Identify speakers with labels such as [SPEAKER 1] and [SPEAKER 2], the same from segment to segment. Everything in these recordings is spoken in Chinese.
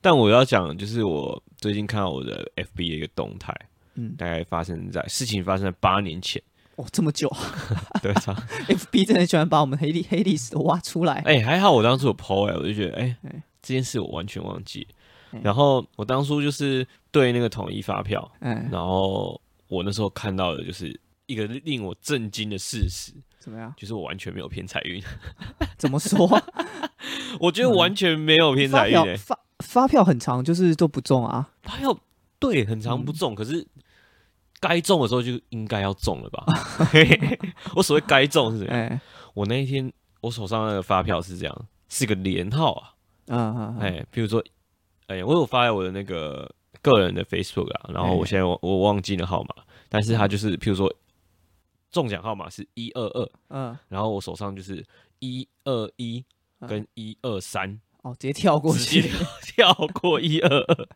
[SPEAKER 1] 但我要讲，就是我最近看到我的 FB 的一个动态，
[SPEAKER 2] 嗯，
[SPEAKER 1] 大概发生在事情发生在八年 前，
[SPEAKER 2] 哦，这么久
[SPEAKER 1] 对，差不多
[SPEAKER 2] ，FB 真的喜欢把我们黑历黑历史都挖出来。
[SPEAKER 1] 哎、还好我当初有 PO 哎、我就觉得哎、
[SPEAKER 2] 哎
[SPEAKER 1] 这件事我完全忘记
[SPEAKER 2] 哎。
[SPEAKER 1] 然后我当初就是对那个统一发票，
[SPEAKER 2] 嗯，
[SPEAKER 1] 然后我那时候看到的就是一个令我震惊的事实，
[SPEAKER 2] 怎么样？
[SPEAKER 1] 就是我完全没有偏财运，
[SPEAKER 2] 怎么说？
[SPEAKER 1] 我觉得完全没有偏
[SPEAKER 2] 嗯发
[SPEAKER 1] 财运、
[SPEAKER 2] 票
[SPEAKER 1] 欸，
[SPEAKER 2] 发发票很长，就是都不中啊。
[SPEAKER 1] 发票对很长不
[SPEAKER 2] 嗯
[SPEAKER 1] 中，可是该中的时候就应该要中了吧？ 我所谓该中是怎样？
[SPEAKER 2] 哎、
[SPEAKER 1] 我那一天我手上那个发票是这样，是个连号啊，
[SPEAKER 2] 嗯嗯，
[SPEAKER 1] 哎、比如说，哎、我有发在我的那个个人的 Facebook 啊，然后我
[SPEAKER 2] 哎
[SPEAKER 1] 现在我我忘记了号码，但是它就是，譬如说中奖号码是一二二，
[SPEAKER 2] 嗯，
[SPEAKER 1] 然后我手上就是一二一跟一二 三，
[SPEAKER 2] 哦，直接跳过
[SPEAKER 1] 直接
[SPEAKER 2] 去，
[SPEAKER 1] 跳过一二二，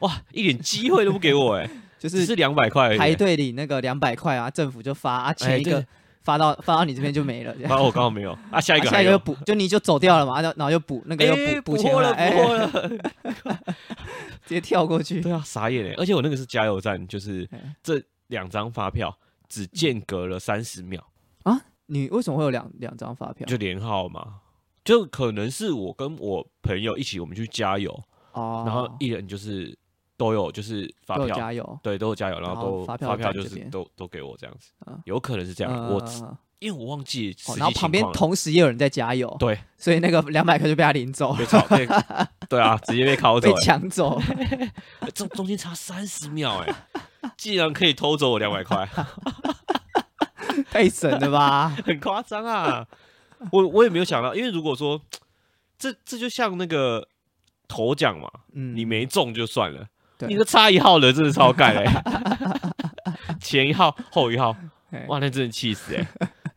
[SPEAKER 1] 哇，一点机会都不给我哎、
[SPEAKER 2] 就
[SPEAKER 1] 只
[SPEAKER 2] 是
[SPEAKER 1] 是两百块而已、欸
[SPEAKER 2] 排队领那个两百块啊，政府就发啊，前一
[SPEAKER 1] 哎对
[SPEAKER 2] 个发到发到你这边就没了，这
[SPEAKER 1] 然
[SPEAKER 2] 样。
[SPEAKER 1] 后我刚好没有啊，下一个
[SPEAKER 2] 啊下
[SPEAKER 1] 还
[SPEAKER 2] 一个
[SPEAKER 1] 有
[SPEAKER 2] 又。补，就你就走掉了嘛，然后然后又补那个又
[SPEAKER 1] 哎
[SPEAKER 2] 补补钱
[SPEAKER 1] 获
[SPEAKER 2] 回
[SPEAKER 1] 了，
[SPEAKER 2] 来，
[SPEAKER 1] 补获
[SPEAKER 2] 哎
[SPEAKER 1] 了！
[SPEAKER 2] 直接跳过去。
[SPEAKER 1] 对啊，傻眼哎！而且我那个是加油站，就是
[SPEAKER 2] 哎
[SPEAKER 1] 这两张发票
[SPEAKER 2] 嗯
[SPEAKER 1] 只间隔了三十秒，
[SPEAKER 2] 你为什么会有两两张发票？
[SPEAKER 1] 就连号嘛，就可能是我跟我朋友一起，我们去加油，
[SPEAKER 2] 哦，
[SPEAKER 1] 然后一人就是都有就是发
[SPEAKER 2] 都有
[SPEAKER 1] 票，
[SPEAKER 2] 加油，
[SPEAKER 1] 对，都有加油，然
[SPEAKER 2] 然
[SPEAKER 1] 后
[SPEAKER 2] 后
[SPEAKER 1] 都
[SPEAKER 2] 发票
[SPEAKER 1] 发票
[SPEAKER 2] 在
[SPEAKER 1] 就
[SPEAKER 2] 这
[SPEAKER 1] 是
[SPEAKER 2] 边
[SPEAKER 1] 都都给我这样子
[SPEAKER 2] 嗯，
[SPEAKER 1] 有可能是这样，
[SPEAKER 2] 嗯
[SPEAKER 1] 我
[SPEAKER 2] 嗯嗯
[SPEAKER 1] 因为我忘记实
[SPEAKER 2] 哦
[SPEAKER 1] 际
[SPEAKER 2] 然后旁边
[SPEAKER 1] 情况了
[SPEAKER 2] 同时也有人在加油，
[SPEAKER 1] 对，
[SPEAKER 2] 所以那个两百块就被他领走，
[SPEAKER 1] 被炒 被对啊，直接被拷走
[SPEAKER 2] 被
[SPEAKER 1] 了，
[SPEAKER 2] 抢走。
[SPEAKER 1] 中中间差三十秒哎，竟然可以偷走我两百块，
[SPEAKER 2] 太神 了吧？
[SPEAKER 1] 很夸张啊！我我也没有想到，因为如果说这这就像那个头奖嘛，
[SPEAKER 2] 嗯，
[SPEAKER 1] 你没中就算了，
[SPEAKER 2] 对
[SPEAKER 1] 你这差一号的真的超盖嘞、 前一号后一号，
[SPEAKER 2] 嘿
[SPEAKER 1] 哇，那真的气死哎、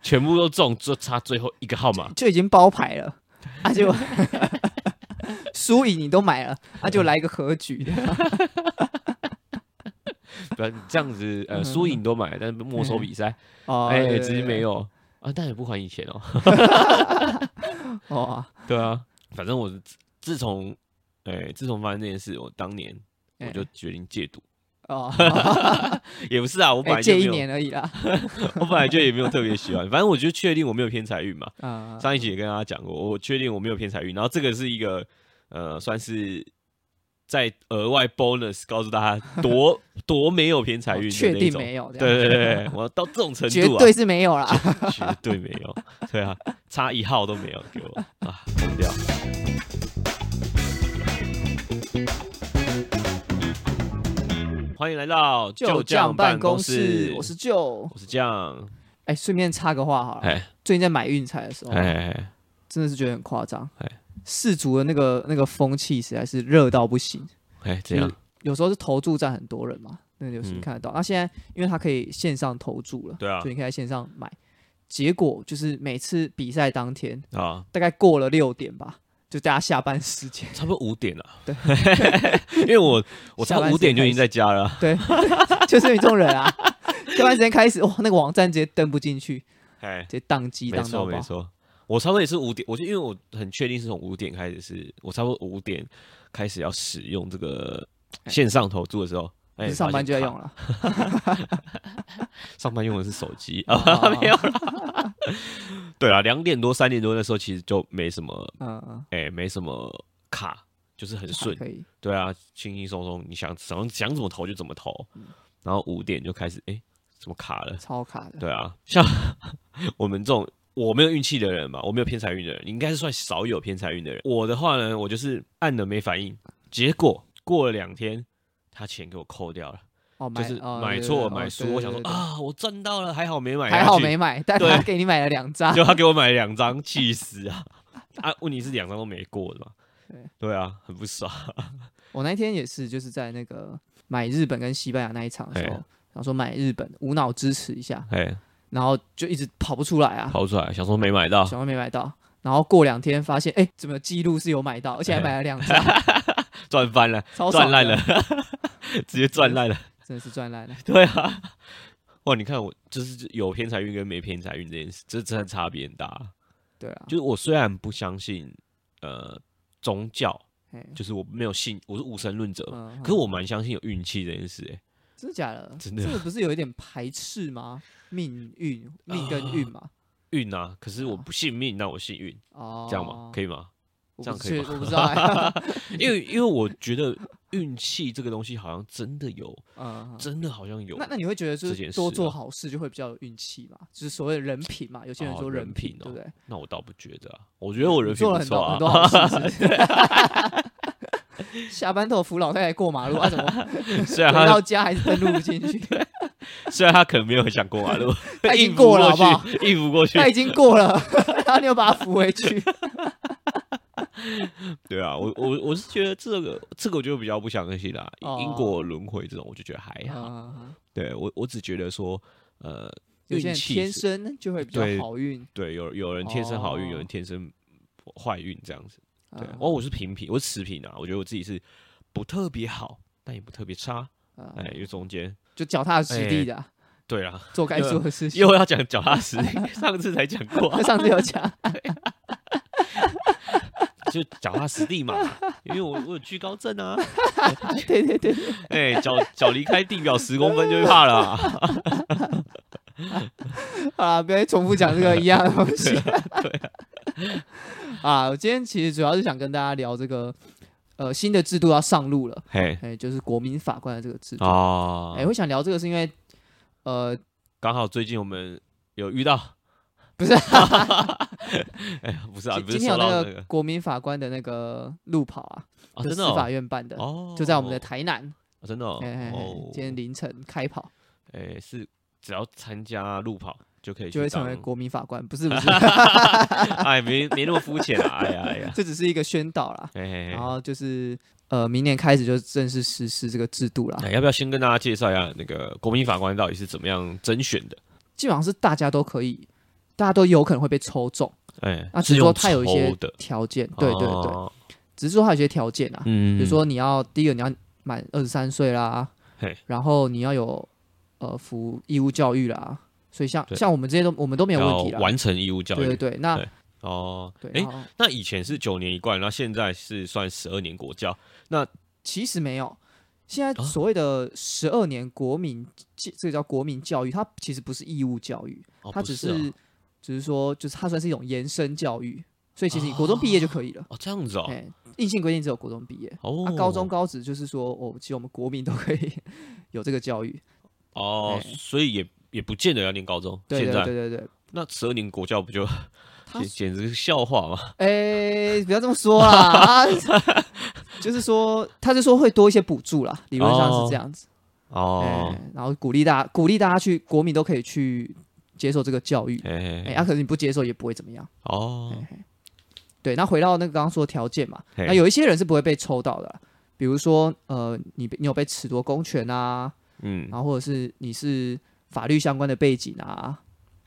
[SPEAKER 1] 全部都中，就差最后一个号码，
[SPEAKER 2] 就已经包牌了，啊就 输赢你都买了，啊就来一个和 局的，
[SPEAKER 1] 不然你这样子呃输赢都买，但是没收比赛，
[SPEAKER 2] 哦，
[SPEAKER 1] 哎、
[SPEAKER 2] 对
[SPEAKER 1] 直接没，
[SPEAKER 2] 对
[SPEAKER 1] 有啊，但也不还你钱哦，
[SPEAKER 2] 对哦，
[SPEAKER 1] 对啊，反正我自自从哎、自从发生这件事，我当年我
[SPEAKER 2] 哎
[SPEAKER 1] 就决定戒赌，
[SPEAKER 2] 哦，
[SPEAKER 1] 也不是 啊，我本
[SPEAKER 2] 哎
[SPEAKER 1] 来就
[SPEAKER 2] 借
[SPEAKER 1] 没
[SPEAKER 2] 一
[SPEAKER 1] 有，
[SPEAKER 2] 年而已啦，
[SPEAKER 1] 我本来就也没有特别喜欢，反正我就确定我没有偏财运嘛，
[SPEAKER 2] 啊，
[SPEAKER 1] 上一集也跟大家讲过，我确定我没有偏财运，然后这个是一个呃，算是在额外 bonus 告诉大家多多没有偏财运的
[SPEAKER 2] 哦确
[SPEAKER 1] 那一
[SPEAKER 2] 定
[SPEAKER 1] 种。
[SPEAKER 2] 没有，
[SPEAKER 1] 对
[SPEAKER 2] 这样
[SPEAKER 1] 对 对对，我要到这种程
[SPEAKER 2] 绝
[SPEAKER 1] 度啊，
[SPEAKER 2] 对是没有啦。
[SPEAKER 1] 绝对没有，对啊，差一号都没有给我啊，疯掉。欢迎来到将办室，
[SPEAKER 2] 我是舅。
[SPEAKER 1] 我是酱，
[SPEAKER 2] 哎，顺便插个话好了，
[SPEAKER 1] 哎
[SPEAKER 2] 最近在买运彩的时候，
[SPEAKER 1] 哎哎，哎
[SPEAKER 2] 真的是觉得很夸张
[SPEAKER 1] 哎，
[SPEAKER 2] 世足的那个那个风气实在是热到不行。
[SPEAKER 1] 哎，这样
[SPEAKER 2] 就是有时候是投注站很多人嘛，那有时
[SPEAKER 1] 嗯
[SPEAKER 2] 看得到。啊那、现在因为它可以线上投注了，
[SPEAKER 1] 对啊
[SPEAKER 2] 所以你可以在线上买。结果就是每次比赛当天，
[SPEAKER 1] 啊，，
[SPEAKER 2] 大概过了六点吧，就大家下班时间
[SPEAKER 1] 差不多五点了、
[SPEAKER 2] 对，
[SPEAKER 1] 因为我我差
[SPEAKER 2] 下班
[SPEAKER 1] 五
[SPEAKER 2] 时间
[SPEAKER 1] 点就已经
[SPEAKER 2] 开
[SPEAKER 1] 在家了，
[SPEAKER 2] 对，就是你这种人啊。下班时间开始，哇，那个网站直接登不进去，
[SPEAKER 1] 哎，
[SPEAKER 2] 直接宕机
[SPEAKER 1] 没
[SPEAKER 2] 宕到
[SPEAKER 1] 错没
[SPEAKER 2] 爆。
[SPEAKER 1] 错，我差不多也是五点，我就因为我很确定是从五点开始是，我差不多五点开始要使用这个
[SPEAKER 2] 哎
[SPEAKER 1] 线上投注的时候，
[SPEAKER 2] 不
[SPEAKER 1] 哎，
[SPEAKER 2] 是上班就要用
[SPEAKER 1] 了，
[SPEAKER 2] 了，
[SPEAKER 1] 上班用的是手 机
[SPEAKER 2] 哦哦
[SPEAKER 1] 啊
[SPEAKER 2] 哦，
[SPEAKER 1] 没有啦，对啦，两点多三点多那时候其实就没什么，
[SPEAKER 2] 嗯嗯，
[SPEAKER 1] 哎，没什么卡，就是很
[SPEAKER 2] 就还
[SPEAKER 1] 顺，
[SPEAKER 2] 可以。
[SPEAKER 1] 对啊，轻轻松松，你想想想怎么投就怎么投，
[SPEAKER 2] 嗯
[SPEAKER 1] 然后五点就开始，哎，怎么卡了？
[SPEAKER 2] 超卡的，
[SPEAKER 1] 对啊，像 我们这种我没有运气的人嘛，我没有偏财运的人，你应该是算少有偏财运的人。我的话呢，我就是按了没反应，结果过了两天，他钱给我扣掉了，
[SPEAKER 2] 哦，
[SPEAKER 1] 就
[SPEAKER 2] 买
[SPEAKER 1] 是
[SPEAKER 2] 哦
[SPEAKER 1] 买
[SPEAKER 2] 对对
[SPEAKER 1] 错了
[SPEAKER 2] 对
[SPEAKER 1] 买
[SPEAKER 2] 哦
[SPEAKER 1] 输。
[SPEAKER 2] 对
[SPEAKER 1] 我想说
[SPEAKER 2] 对对对
[SPEAKER 1] 啊，我赚到了，还好没买，
[SPEAKER 2] 还好没，买，但
[SPEAKER 1] 对
[SPEAKER 2] 他给你买了两张，
[SPEAKER 1] 就他给我买两张，气死啊！啊，问题是两张都没过的嘛
[SPEAKER 2] 对。
[SPEAKER 1] 对啊，很不爽。
[SPEAKER 2] 我那天也是，就是在那个买日本跟西班牙那一场的时候，
[SPEAKER 1] 嘿
[SPEAKER 2] 然后说买日本无脑支持一下，
[SPEAKER 1] 哎，
[SPEAKER 2] 然后就一直跑不出来啊，
[SPEAKER 1] 跑出啊来，想说没买到，
[SPEAKER 2] 想到没买到，然后过两天发现，哎、怎么记录是有买到，而且还买了两张，
[SPEAKER 1] 赚翻了，
[SPEAKER 2] 超 爽
[SPEAKER 1] 赚
[SPEAKER 2] 的
[SPEAKER 1] 烂了，，直接赚烂了。
[SPEAKER 2] 真的是赚 烂了。
[SPEAKER 1] 对啊，哇！你看我就是有偏财运跟没偏财运这件事，这真的差别很大。
[SPEAKER 2] 对啊，
[SPEAKER 1] 就是我虽然不相信呃宗教
[SPEAKER 2] 嘿
[SPEAKER 1] 就是我没有信，我是无神论者嘛。
[SPEAKER 2] 嗯，
[SPEAKER 1] 可是我蛮相信有运气这件事、欸，
[SPEAKER 2] 真的假的？
[SPEAKER 1] 真的啊
[SPEAKER 2] 这个不是有一点排斥吗？命运、命跟运嘛。
[SPEAKER 1] 运啊。可是我不信命，那我信运，
[SPEAKER 2] 哦，
[SPEAKER 1] 啊这样吗？可
[SPEAKER 2] 以，
[SPEAKER 1] 以吗？
[SPEAKER 2] 我
[SPEAKER 1] 这
[SPEAKER 2] 不
[SPEAKER 1] 样可以
[SPEAKER 2] 确
[SPEAKER 1] 吗
[SPEAKER 2] 我不 知道欸。
[SPEAKER 1] 因为因为我觉得运气这个东西好像真的有，
[SPEAKER 2] 嗯， 嗯
[SPEAKER 1] 真的好像有。
[SPEAKER 2] 那那你会觉得就
[SPEAKER 1] 这
[SPEAKER 2] 是
[SPEAKER 1] 件
[SPEAKER 2] 多
[SPEAKER 1] 事
[SPEAKER 2] 做
[SPEAKER 1] 啊
[SPEAKER 2] 好事就会比较有运气嘛？就是所谓的人品嘛，有些人
[SPEAKER 1] 哦
[SPEAKER 2] 说
[SPEAKER 1] 人
[SPEAKER 2] 品
[SPEAKER 1] 品，
[SPEAKER 2] 对不对？
[SPEAKER 1] 那我倒不觉得啊，我觉得我人
[SPEAKER 2] 你
[SPEAKER 1] 品
[SPEAKER 2] 做
[SPEAKER 1] 不
[SPEAKER 2] 了很
[SPEAKER 1] 错
[SPEAKER 2] 多
[SPEAKER 1] 啊
[SPEAKER 2] 很。多好事 是不是， 下班头扶老太太过马路，啊，怎么
[SPEAKER 1] 虽然
[SPEAKER 2] 回到
[SPEAKER 1] 他
[SPEAKER 2] 家还是登录不 进去？
[SPEAKER 1] 虽然他可能没有很想过马路，
[SPEAKER 2] 他已
[SPEAKER 1] 应
[SPEAKER 2] 经
[SPEAKER 1] 付
[SPEAKER 2] 过了好
[SPEAKER 1] 去
[SPEAKER 2] 不好？
[SPEAKER 1] 应付过去
[SPEAKER 2] 他。已经过了， 然后你又把他扶回 去。
[SPEAKER 1] 对啊，我我我是觉得这个这个我就比较不相信啦。
[SPEAKER 2] 哦
[SPEAKER 1] 因果轮回这种，我就觉得还好。
[SPEAKER 2] 嗯
[SPEAKER 1] 对我我只觉得说，呃，
[SPEAKER 2] 有些
[SPEAKER 1] 运
[SPEAKER 2] 人
[SPEAKER 1] 气
[SPEAKER 2] 天
[SPEAKER 1] 是
[SPEAKER 2] 生就会比较
[SPEAKER 1] 对
[SPEAKER 2] 好运。
[SPEAKER 1] 对，有有人天生好运，有
[SPEAKER 2] 哦
[SPEAKER 1] 人天生坏运这样子。对，
[SPEAKER 2] 嗯
[SPEAKER 1] 哦，我是平平，我是持平啊，我觉得我自己是不特别好，但也不特别差，
[SPEAKER 2] 嗯
[SPEAKER 1] 哎，就中间。
[SPEAKER 2] 就脚踏实地的
[SPEAKER 1] 哎
[SPEAKER 2] 啊、
[SPEAKER 1] 对 啦，
[SPEAKER 2] 做该做的事情。
[SPEAKER 1] 又要讲脚踏实地，上次才讲过啊
[SPEAKER 2] 他，上次有 讲，
[SPEAKER 1] 就脚踏实地嘛，因为我我有惧高症啊，
[SPEAKER 2] 对对对，对
[SPEAKER 1] 哎、脚脚离开地表十公分就会怕了啊、
[SPEAKER 2] 好啦，不要再重复讲这个一样的东西。
[SPEAKER 1] 对
[SPEAKER 2] 啊， 啊，我今天其实主要是想跟大家聊这个，呃，新的制度要上路了，
[SPEAKER 1] 嘿，
[SPEAKER 2] 哎、就是国民法官的这个制度。哎、
[SPEAKER 1] 哦，
[SPEAKER 2] 会想聊这个是因为，呃，
[SPEAKER 1] 刚好最近我们有遇到，
[SPEAKER 2] 不是啊
[SPEAKER 1] 哎呀，不是啊，
[SPEAKER 2] 今
[SPEAKER 1] 不是
[SPEAKER 2] 今天有
[SPEAKER 1] 说到那
[SPEAKER 2] 个国民法官的那个路跑啊，
[SPEAKER 1] 啊，
[SPEAKER 2] 就
[SPEAKER 1] 真
[SPEAKER 2] 司
[SPEAKER 1] 的
[SPEAKER 2] 法
[SPEAKER 1] 哦，
[SPEAKER 2] 院办的，
[SPEAKER 1] 哦
[SPEAKER 2] 就在我们的台南，
[SPEAKER 1] 啊真的哦，
[SPEAKER 2] 哎、哎哎
[SPEAKER 1] 哦
[SPEAKER 2] 今天凌晨开跑
[SPEAKER 1] 哎，是只要参加路跑就可以去
[SPEAKER 2] 就会成为
[SPEAKER 1] 当
[SPEAKER 2] 国民法官，不是不是，
[SPEAKER 1] 哎，没没那么肤浅 啊！哎呀哎呀，
[SPEAKER 2] 这只是一个宣导啦。
[SPEAKER 1] 哎哎
[SPEAKER 2] 然
[SPEAKER 1] 哎
[SPEAKER 2] 后就是呃，明年开始就正式实施这个制度啦。
[SPEAKER 1] 哎，要不要先跟大家介绍一下那个国民法官到底是怎么样甄选的？
[SPEAKER 2] 基本上是大家都可以，大家都有可能会被抽中，
[SPEAKER 1] 哎，
[SPEAKER 2] 啊那只
[SPEAKER 1] 是
[SPEAKER 2] 是
[SPEAKER 1] 用
[SPEAKER 2] 说它有一些
[SPEAKER 1] 抽的，
[SPEAKER 2] 条件，对对对，
[SPEAKER 1] 哦，
[SPEAKER 2] 只是说它有一些条件啊，
[SPEAKER 1] 嗯，
[SPEAKER 2] 比如说你要第一个你要满二十三岁啦
[SPEAKER 1] 嘿，
[SPEAKER 2] 然后你要有呃服义务教育啦，所以像
[SPEAKER 1] 对
[SPEAKER 2] 像我们这些都我们都没有问题
[SPEAKER 1] 要
[SPEAKER 2] 啦，
[SPEAKER 1] 完成义务教
[SPEAKER 2] 对对
[SPEAKER 1] 育
[SPEAKER 2] 对，那
[SPEAKER 1] 对哦。
[SPEAKER 2] 对，
[SPEAKER 1] 哎
[SPEAKER 2] 然，后
[SPEAKER 1] 那以前是九年一贯，那现在是算十二年国教，
[SPEAKER 2] 其实没有。现在
[SPEAKER 1] 啊
[SPEAKER 2] 所谓的十二年国民，这个叫国民教育，它其实不是义务教育，
[SPEAKER 1] 哦
[SPEAKER 2] 它
[SPEAKER 1] 不
[SPEAKER 2] 只
[SPEAKER 1] 是啊
[SPEAKER 2] 是只是说，就是它算是一种延伸教育，所以其实你国中毕业就可以了。
[SPEAKER 1] 哦这样子哦，
[SPEAKER 2] 哎、硬性规定只有国中毕业，
[SPEAKER 1] 哦
[SPEAKER 2] 啊，高中高职就是说，哦，其实我们国民都可以 有这个教育。
[SPEAKER 1] 哦，
[SPEAKER 2] 哎
[SPEAKER 1] 所以也也不见得要念高中。
[SPEAKER 2] 对
[SPEAKER 1] 现
[SPEAKER 2] 对
[SPEAKER 1] 在
[SPEAKER 2] 对对对，
[SPEAKER 1] 那十二年国教不就
[SPEAKER 2] 他
[SPEAKER 1] 简简直是笑话嘛？
[SPEAKER 2] 哎、不要这么 说啦，啊就是说，他是说会多一些补助啦，理论上是这样子。哎、
[SPEAKER 1] 哦，
[SPEAKER 2] 然后鼓励大家，鼓励大家去国民都可以去接受这个教育。
[SPEAKER 1] 哎哎
[SPEAKER 2] 哎、
[SPEAKER 1] 哎
[SPEAKER 2] 啊，可是你不接受也不会怎么样。哎
[SPEAKER 1] 哦，
[SPEAKER 2] 对，那回到那个刚刚说的条件嘛，
[SPEAKER 1] 嘿
[SPEAKER 2] 那有一些人是不会被抽到的啦，比如说呃，你被你有被褫夺公权啊，
[SPEAKER 1] 嗯
[SPEAKER 2] 然后或者是你是法律相关的背景啊，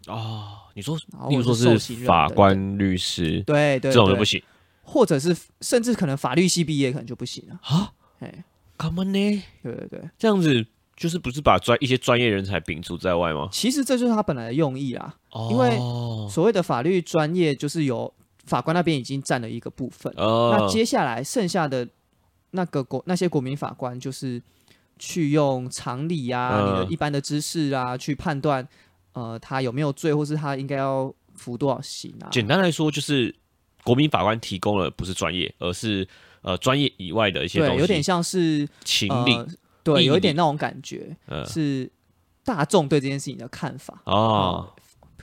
[SPEAKER 1] 哦，你说
[SPEAKER 2] 然后
[SPEAKER 1] 例
[SPEAKER 2] 或
[SPEAKER 1] 如
[SPEAKER 2] 者
[SPEAKER 1] 说
[SPEAKER 2] 受刑
[SPEAKER 1] 是
[SPEAKER 2] 人
[SPEAKER 1] 法
[SPEAKER 2] 等等，
[SPEAKER 1] 官、律师
[SPEAKER 2] 对对
[SPEAKER 1] 这种就
[SPEAKER 2] 对
[SPEAKER 1] 不行
[SPEAKER 2] 或者是甚至可能法律系毕业可能就不行了，
[SPEAKER 1] 啊？
[SPEAKER 2] 哎，
[SPEAKER 1] 干嘛呢？
[SPEAKER 2] 对对对，
[SPEAKER 1] 这样子就是不是把专一些专业人才摒除在外吗？
[SPEAKER 2] 其实这就是他本来的用意啦，
[SPEAKER 1] 哦
[SPEAKER 2] 因为所谓的法律专业就是由法官那边已经占了一个部分，那
[SPEAKER 1] 呃，
[SPEAKER 2] 接下来剩下的那个国那些国民法官，就是去用常理啊、
[SPEAKER 1] 嗯
[SPEAKER 2] 你的一般的知识啊，去判断呃他有没有罪，或是他应该要服多少刑啊。
[SPEAKER 1] 简单来说就是国民法官提供了不是专业，而是呃专业以外的一些东
[SPEAKER 2] 对，
[SPEAKER 1] 西，
[SPEAKER 2] 有点像是
[SPEAKER 1] 情
[SPEAKER 2] 呃
[SPEAKER 1] 理，，哦
[SPEAKER 2] 对，
[SPEAKER 1] 义
[SPEAKER 2] 有一
[SPEAKER 1] 理
[SPEAKER 2] 点那种感觉，
[SPEAKER 1] 嗯
[SPEAKER 2] 是大众对这件事情的看法，
[SPEAKER 1] 哦，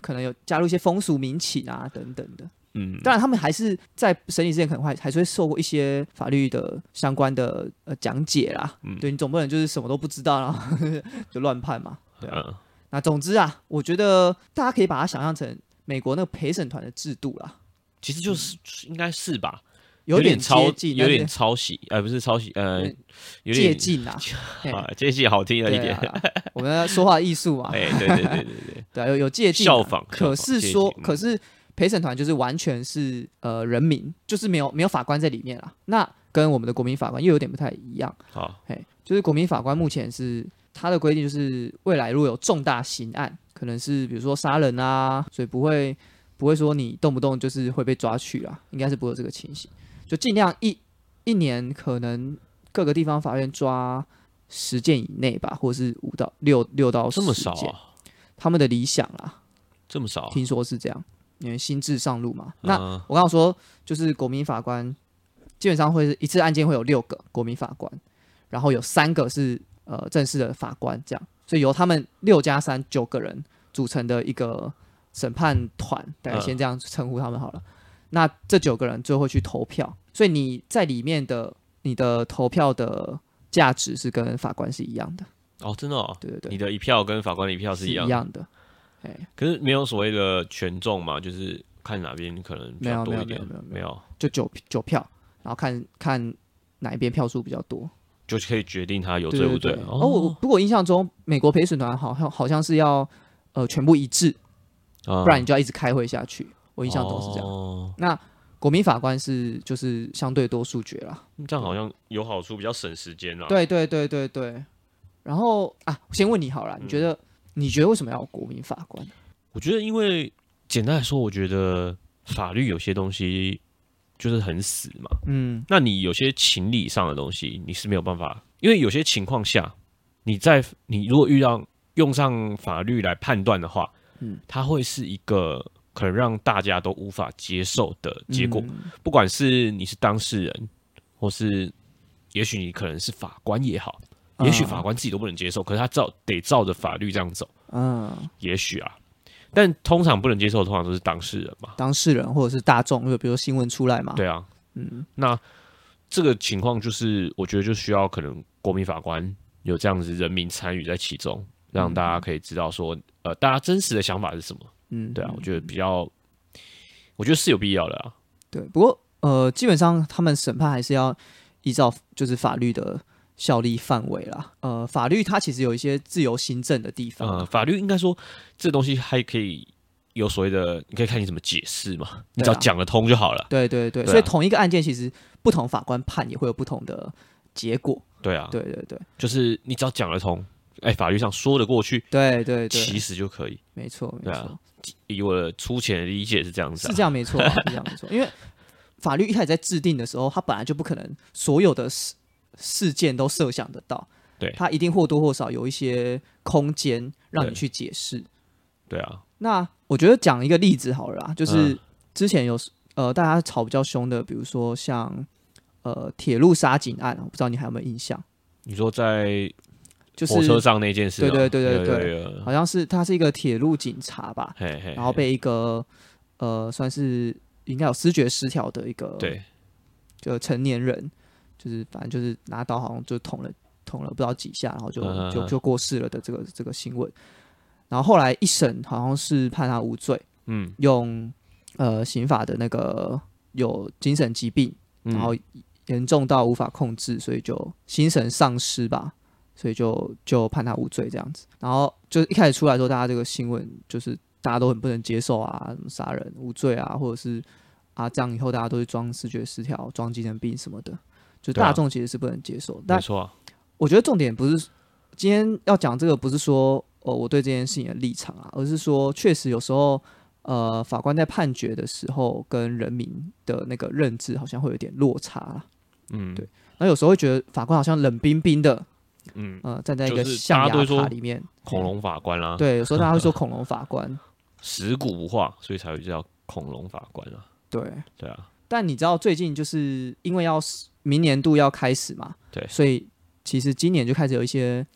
[SPEAKER 2] 可能有加入一些风俗民情啊等等的。
[SPEAKER 1] 嗯，
[SPEAKER 2] 当然，他们还是在审理之前，可能还还是会受过一些法律的相关的呃讲解啦。
[SPEAKER 1] 嗯
[SPEAKER 2] 对你总不能就是什么都不知道，然后 就乱判嘛。对啊
[SPEAKER 1] 嗯
[SPEAKER 2] 那总之啊，我觉得大家可以把它想象成美国那个陪审团的制度啦，
[SPEAKER 1] 其实就是应该是吧，
[SPEAKER 2] 嗯有
[SPEAKER 1] 点
[SPEAKER 2] 接
[SPEAKER 1] 抄，
[SPEAKER 2] 近，
[SPEAKER 1] 有点
[SPEAKER 2] 但是
[SPEAKER 1] 抄袭，呃，不是抄袭，呃
[SPEAKER 2] 有点，
[SPEAKER 1] 有
[SPEAKER 2] 接
[SPEAKER 1] 点
[SPEAKER 2] 近啦。嘿
[SPEAKER 1] 啊，接近 好听了一
[SPEAKER 2] 对
[SPEAKER 1] 点，
[SPEAKER 2] 啊，我们要说话艺术嘛，
[SPEAKER 1] 哎，对对对对对，
[SPEAKER 2] 对啊，有有借鉴啊，
[SPEAKER 1] 效仿效
[SPEAKER 2] 可
[SPEAKER 1] 仿
[SPEAKER 2] 是
[SPEAKER 1] 借
[SPEAKER 2] 说
[SPEAKER 1] 鉴，嗯
[SPEAKER 2] 可是陪审团就是完全是呃人民，就是没有没有法官在里面啦。那跟我们的国民法官又有点不太一样。
[SPEAKER 1] 好，
[SPEAKER 2] 嘿，就是国民法官目前是他的规定，就是未来如果有重大刑案，可能是比如说杀人啊，所以不会不会说你动不动就是会被抓去啊，应该是不会有这个情形，就尽量一一年可能各个地方法院抓十件以内吧，或是五到六六到
[SPEAKER 1] 这么少、
[SPEAKER 2] 10件
[SPEAKER 1] 啊，
[SPEAKER 2] 他们的理想啦，
[SPEAKER 1] 这么少啊、
[SPEAKER 2] 听说是这样，因为新制上路嘛。那
[SPEAKER 1] 嗯
[SPEAKER 2] 我刚刚说，就是国民法官基本上会是一次案件会有六个国民法官，然后有三个是呃正式的法官，这样，所以由他们六加三九个人组成的一个审判团，大概
[SPEAKER 1] 嗯
[SPEAKER 2] 先这样称呼他们好了。那这九个人最后会去投票，所以你在里面的你的投票的价值是跟法官是一样的，
[SPEAKER 1] 哦，真的哦，
[SPEAKER 2] 对对对，
[SPEAKER 1] 你的一票跟法官的一票是
[SPEAKER 2] 是
[SPEAKER 1] 一样
[SPEAKER 2] 一
[SPEAKER 1] 的，
[SPEAKER 2] 样的。哎、
[SPEAKER 1] 可是没有所谓的权重嘛，就是看哪边可能比较多一点，
[SPEAKER 2] 没有没有没有没有
[SPEAKER 1] 没有，
[SPEAKER 2] 就九九票，然后看看哪一边票数比较多。
[SPEAKER 1] 就可以决定他有
[SPEAKER 2] 对
[SPEAKER 1] 罪
[SPEAKER 2] 对
[SPEAKER 1] 无罪。
[SPEAKER 2] 对哦，我不过我印象中，美国陪审团好像好像是要呃全部一致，
[SPEAKER 1] 不
[SPEAKER 2] 哦不然你就要一直开会下去。我
[SPEAKER 1] 我
[SPEAKER 2] 印象中是这样。
[SPEAKER 1] 嗯哦，
[SPEAKER 2] 那国民法官是就是相对多数决啦。
[SPEAKER 1] 这样好像有好处，比较省时间啦。，
[SPEAKER 2] 对对对对对。然后啊，先问你好了，你
[SPEAKER 1] 嗯
[SPEAKER 2] 觉得、你觉得为什么要有国民法官？
[SPEAKER 1] 我觉得因为简单来说，我觉得法律有些东西就是很死嘛，
[SPEAKER 2] 嗯
[SPEAKER 1] 那你有些情理上的东西，你是没有办法，因为有些情况下，你在你如果遇到用上法律来判断的话，
[SPEAKER 2] 嗯，
[SPEAKER 1] 它会是一个可能让大家都无法接受的结果，
[SPEAKER 2] 嗯
[SPEAKER 1] 不管是你是当事人，或是也许你可能是法官也好，
[SPEAKER 2] 嗯
[SPEAKER 1] 也
[SPEAKER 2] 啊
[SPEAKER 1] 许法官自己都不能接受，可是他照得照着法律这样走，
[SPEAKER 2] 嗯，
[SPEAKER 1] 也许啊，但通常不能接受，通常都是当事人嘛，
[SPEAKER 2] 当事人或者是大众，就比如新闻出来嘛，
[SPEAKER 1] 对啊，
[SPEAKER 2] 嗯
[SPEAKER 1] 那这个情况就是，我觉得就需要可能国民法官有这样子人民参与在其中，让大家可以知道说，呃，大家真实的想法是什么。
[SPEAKER 2] 嗯，
[SPEAKER 1] 对啊，我觉得比较，我觉得是有必要的啊。
[SPEAKER 2] 对，不过呃，基本上他们审判还是要依照就是法律的效力范围啦。呃，法律它其实有一些自由行政的地方，
[SPEAKER 1] 呃，法律应该说这东西还可以有所谓的，你可以看你怎么解释嘛，
[SPEAKER 2] 啊
[SPEAKER 1] 你只要讲得通就好了。
[SPEAKER 2] 对对对，
[SPEAKER 1] 对啊
[SPEAKER 2] 所以同一个案件，其实不同法官判也会有不同的结果。
[SPEAKER 1] 对啊，
[SPEAKER 2] 对对对
[SPEAKER 1] 就是你只要讲得通，哎，法律上说得过去，
[SPEAKER 2] 对对
[SPEAKER 1] 其
[SPEAKER 2] 对，
[SPEAKER 1] 实就可以。
[SPEAKER 2] 没错没
[SPEAKER 1] 对
[SPEAKER 2] 错。
[SPEAKER 1] 啊以我的粗浅的理解是这样子、啊，
[SPEAKER 2] 是这样没错、啊，是这样没错。因为法律一开始在制定的时候，它本来就不可能所有的事事件都设想得到，
[SPEAKER 1] 对
[SPEAKER 2] 它一定或多或少有一些空间让你
[SPEAKER 1] 对
[SPEAKER 2] 去解释。
[SPEAKER 1] 对啊，
[SPEAKER 2] 那我觉得讲一个例子好了啦，就是
[SPEAKER 1] 嗯
[SPEAKER 2] 之前有呃大家吵比较凶的，比如说像呃铁路杀警案，我不知道你还有没有印象，
[SPEAKER 1] 你说在
[SPEAKER 2] 就是
[SPEAKER 1] 火车上那件事、啊，
[SPEAKER 2] 对对对
[SPEAKER 1] 有
[SPEAKER 2] 对对
[SPEAKER 1] 有有
[SPEAKER 2] 好像是他是一个铁路警察吧，
[SPEAKER 1] 嘿嘿，
[SPEAKER 2] 然后
[SPEAKER 1] 嘿
[SPEAKER 2] 被一个呃算是应该有视觉失调的一个
[SPEAKER 1] 对
[SPEAKER 2] 就成年人，就是反正就是拿刀好像就捅了捅了不知道几下，然后就
[SPEAKER 1] 嗯嗯
[SPEAKER 2] 就
[SPEAKER 1] 嗯
[SPEAKER 2] 就过世了的这个这个新闻。然后后来一审好像是判他无罪，
[SPEAKER 1] 嗯，
[SPEAKER 2] 用呃刑法的那个有精神疾病，
[SPEAKER 1] 嗯
[SPEAKER 2] 然后严重到无法控制，所以就精神丧失吧，所以就就判他无罪这样子。然后就一开始出来的时候，大家这个新闻就是大家都很不能接受啊，什么杀人无罪啊，或者是啊这样以后大家都去装视觉失调、装精神病什么的，就
[SPEAKER 1] 对啊
[SPEAKER 2] 大众其实是不能接受。但
[SPEAKER 1] 没错啊，
[SPEAKER 2] 我觉得重点不是今天要讲这个，不是说哦我对这件事情的立场啊，而是说确实有时候呃法官在判决的时候跟人民的那个认知好像会有点落差啦。
[SPEAKER 1] 嗯，
[SPEAKER 2] 对然后有时候会觉得法官好像冷冰冰的，
[SPEAKER 1] 嗯，
[SPEAKER 2] 呃，站在一
[SPEAKER 1] 就
[SPEAKER 2] 个
[SPEAKER 1] 是
[SPEAKER 2] 象
[SPEAKER 1] 大家都
[SPEAKER 2] 牙
[SPEAKER 1] 会说啊
[SPEAKER 2] 塔里面。
[SPEAKER 1] 恐龙法官啦、，
[SPEAKER 2] 对，有时候大家会说恐龙法官，
[SPEAKER 1] 食古不化，所以才会叫恐龙法官啊，
[SPEAKER 2] 对。
[SPEAKER 1] 对啊，
[SPEAKER 2] 但你知道最近就是因为要明年度要开始嘛，
[SPEAKER 1] 对
[SPEAKER 2] 所以其实今年就开始有一些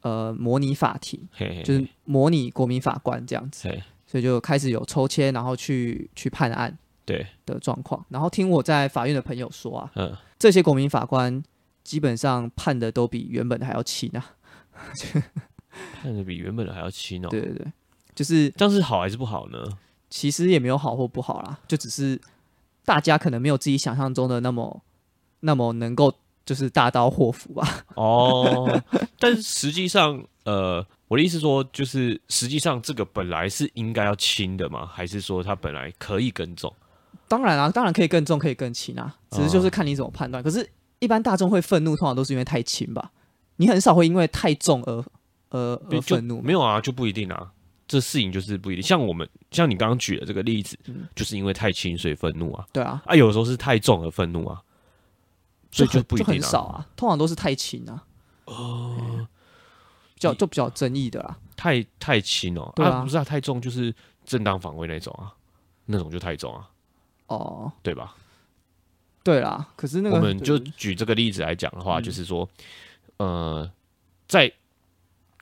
[SPEAKER 2] 呃模拟法庭，
[SPEAKER 1] 嘿嘿，
[SPEAKER 2] 就是模拟国民法官这样子。
[SPEAKER 1] 嘿，
[SPEAKER 2] 所以就开始有抽签，然后去去判案
[SPEAKER 1] 对，
[SPEAKER 2] 的状况。然后听我在法院的朋友说啊，
[SPEAKER 1] 嗯，
[SPEAKER 2] 这些国民法官基本上判的都比原本的还要轻啊。
[SPEAKER 1] 看着比原本的还要轻哦，
[SPEAKER 2] 对对对，就是
[SPEAKER 1] 这样是好还是不好呢？
[SPEAKER 2] 其实也没有好或不好啦，就只是大家可能没有自己想象中的那么那么能够就是大刀阔斧啊吧。
[SPEAKER 1] 哦，但是实际上，呃，我的意思说，就是实际上这个本来是应该要轻的吗？还是说它本来可以跟重？
[SPEAKER 2] 当然啊，当然可以更重，可以更轻啊，只是就是看你怎么判断。可是，一般大众会愤怒，通常都是因为太轻吧，你很少会因为太重而而而
[SPEAKER 1] 就
[SPEAKER 2] 呃愤怒嘛。
[SPEAKER 1] 没有啊，就不一定啊。这事情就是不一定，像我们像你刚刚举的这个
[SPEAKER 2] 嗯
[SPEAKER 1] 例子，就是因为太轻所以愤怒啊，
[SPEAKER 2] 对啊，
[SPEAKER 1] 啊，有时候是太重而愤怒啊，所以
[SPEAKER 2] 就
[SPEAKER 1] 就
[SPEAKER 2] 很
[SPEAKER 1] 不一定
[SPEAKER 2] 很
[SPEAKER 1] 啊
[SPEAKER 2] 少啊，通常都是太轻啊，哎
[SPEAKER 1] 哦，
[SPEAKER 2] 比较
[SPEAKER 1] 你
[SPEAKER 2] 就比较有争议的啦。
[SPEAKER 1] 太太轻哦，
[SPEAKER 2] 对啊
[SPEAKER 1] 不是啊，太重就是正当防卫那种啊，那种就太重啊，
[SPEAKER 2] 哦，
[SPEAKER 1] 对吧？
[SPEAKER 2] 对啦，可是那个
[SPEAKER 1] 我们就
[SPEAKER 2] 对
[SPEAKER 1] 举这个例子来讲的话，
[SPEAKER 2] 嗯
[SPEAKER 1] 就是说，呃，在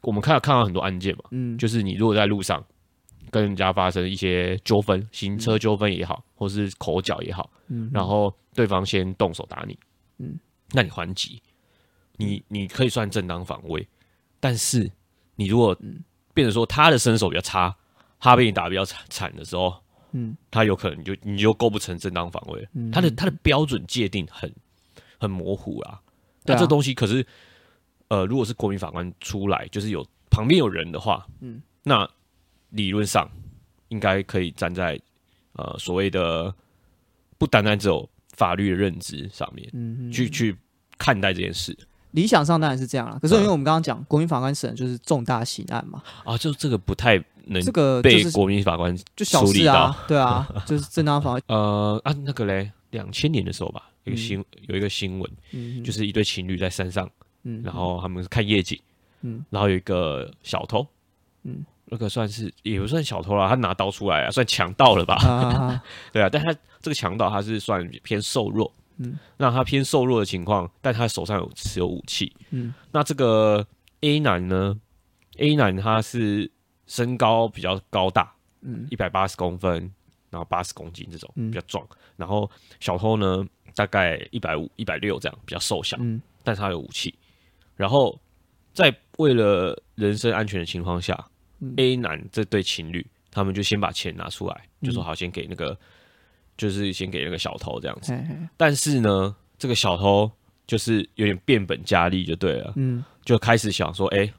[SPEAKER 1] 我们看到看到很多案件嘛，
[SPEAKER 2] 嗯
[SPEAKER 1] 就是你如果在路上跟人家发生一些纠纷，行车纠纷也好，或是口角也好，
[SPEAKER 2] 嗯，
[SPEAKER 1] 然后对方先动手打你，
[SPEAKER 2] 嗯，
[SPEAKER 1] 那你还击，你你可以算正当防卫，但是你如果
[SPEAKER 2] 嗯
[SPEAKER 1] 变成说他的身手比较差，他被你打得比较惨惨的时候，
[SPEAKER 2] 嗯
[SPEAKER 1] 他有可能就你就构不成正当防卫了，
[SPEAKER 2] 嗯
[SPEAKER 1] 他的他的标准界定很很模糊啦。那、
[SPEAKER 2] 对啊
[SPEAKER 1] 这东西可是，呃，如果是国民法官出来，就是有旁边有人的话，
[SPEAKER 2] 嗯，
[SPEAKER 1] 那理论上应该可以站在呃所谓的不单单只有法律的认知上面、
[SPEAKER 2] 嗯嗯
[SPEAKER 1] 去去看待这件事
[SPEAKER 2] 理想上当然是这样啦，可是因为
[SPEAKER 1] 嗯
[SPEAKER 2] 我们刚刚讲国民法官审的就是重大刑案嘛，
[SPEAKER 1] 啊，就这个不太能
[SPEAKER 2] 这个就
[SPEAKER 1] 被
[SPEAKER 2] 是
[SPEAKER 1] 国民法官、
[SPEAKER 2] 就小
[SPEAKER 1] 处理
[SPEAKER 2] 事啊，对啊， 就是正当防卫，
[SPEAKER 1] 呃啊那个嘞，两千年的时候吧，有个新、有一个新闻，
[SPEAKER 2] 嗯，
[SPEAKER 1] 就是是一对情侣在山上。
[SPEAKER 2] 嗯，
[SPEAKER 1] 然后他们是看夜景，
[SPEAKER 2] 嗯
[SPEAKER 1] 然后有一个小偷，
[SPEAKER 2] 嗯
[SPEAKER 1] 那个算是也不算小偷啦，他拿刀出来啊，算强盗了吧？
[SPEAKER 2] 啊，
[SPEAKER 1] 对啊，但他这个强盗他是算偏瘦弱，
[SPEAKER 2] 嗯
[SPEAKER 1] 那他偏瘦弱的情况，但他手上有持有武器。
[SPEAKER 2] 嗯
[SPEAKER 1] 那这个 A 男呢？A 男他是身高比较高大，
[SPEAKER 2] 嗯
[SPEAKER 1] 一百八十公分，然后八十公斤这种
[SPEAKER 2] 嗯
[SPEAKER 1] 比较壮，然后小偷呢大概一百五、一百六这样，比较瘦小。
[SPEAKER 2] 嗯
[SPEAKER 1] 但是他有武器。然后在为了人身安全的情况下、
[SPEAKER 2] 嗯
[SPEAKER 1] a 男这对情侣他们就先把钱拿出来，就说
[SPEAKER 2] 嗯
[SPEAKER 1] 好，先给那个，就是先给那个小偷这样子。
[SPEAKER 2] 嘿嘿
[SPEAKER 1] 但是呢，这个小偷就是有点变本加厉，就对了，
[SPEAKER 2] 嗯
[SPEAKER 1] 就开始想说，哎、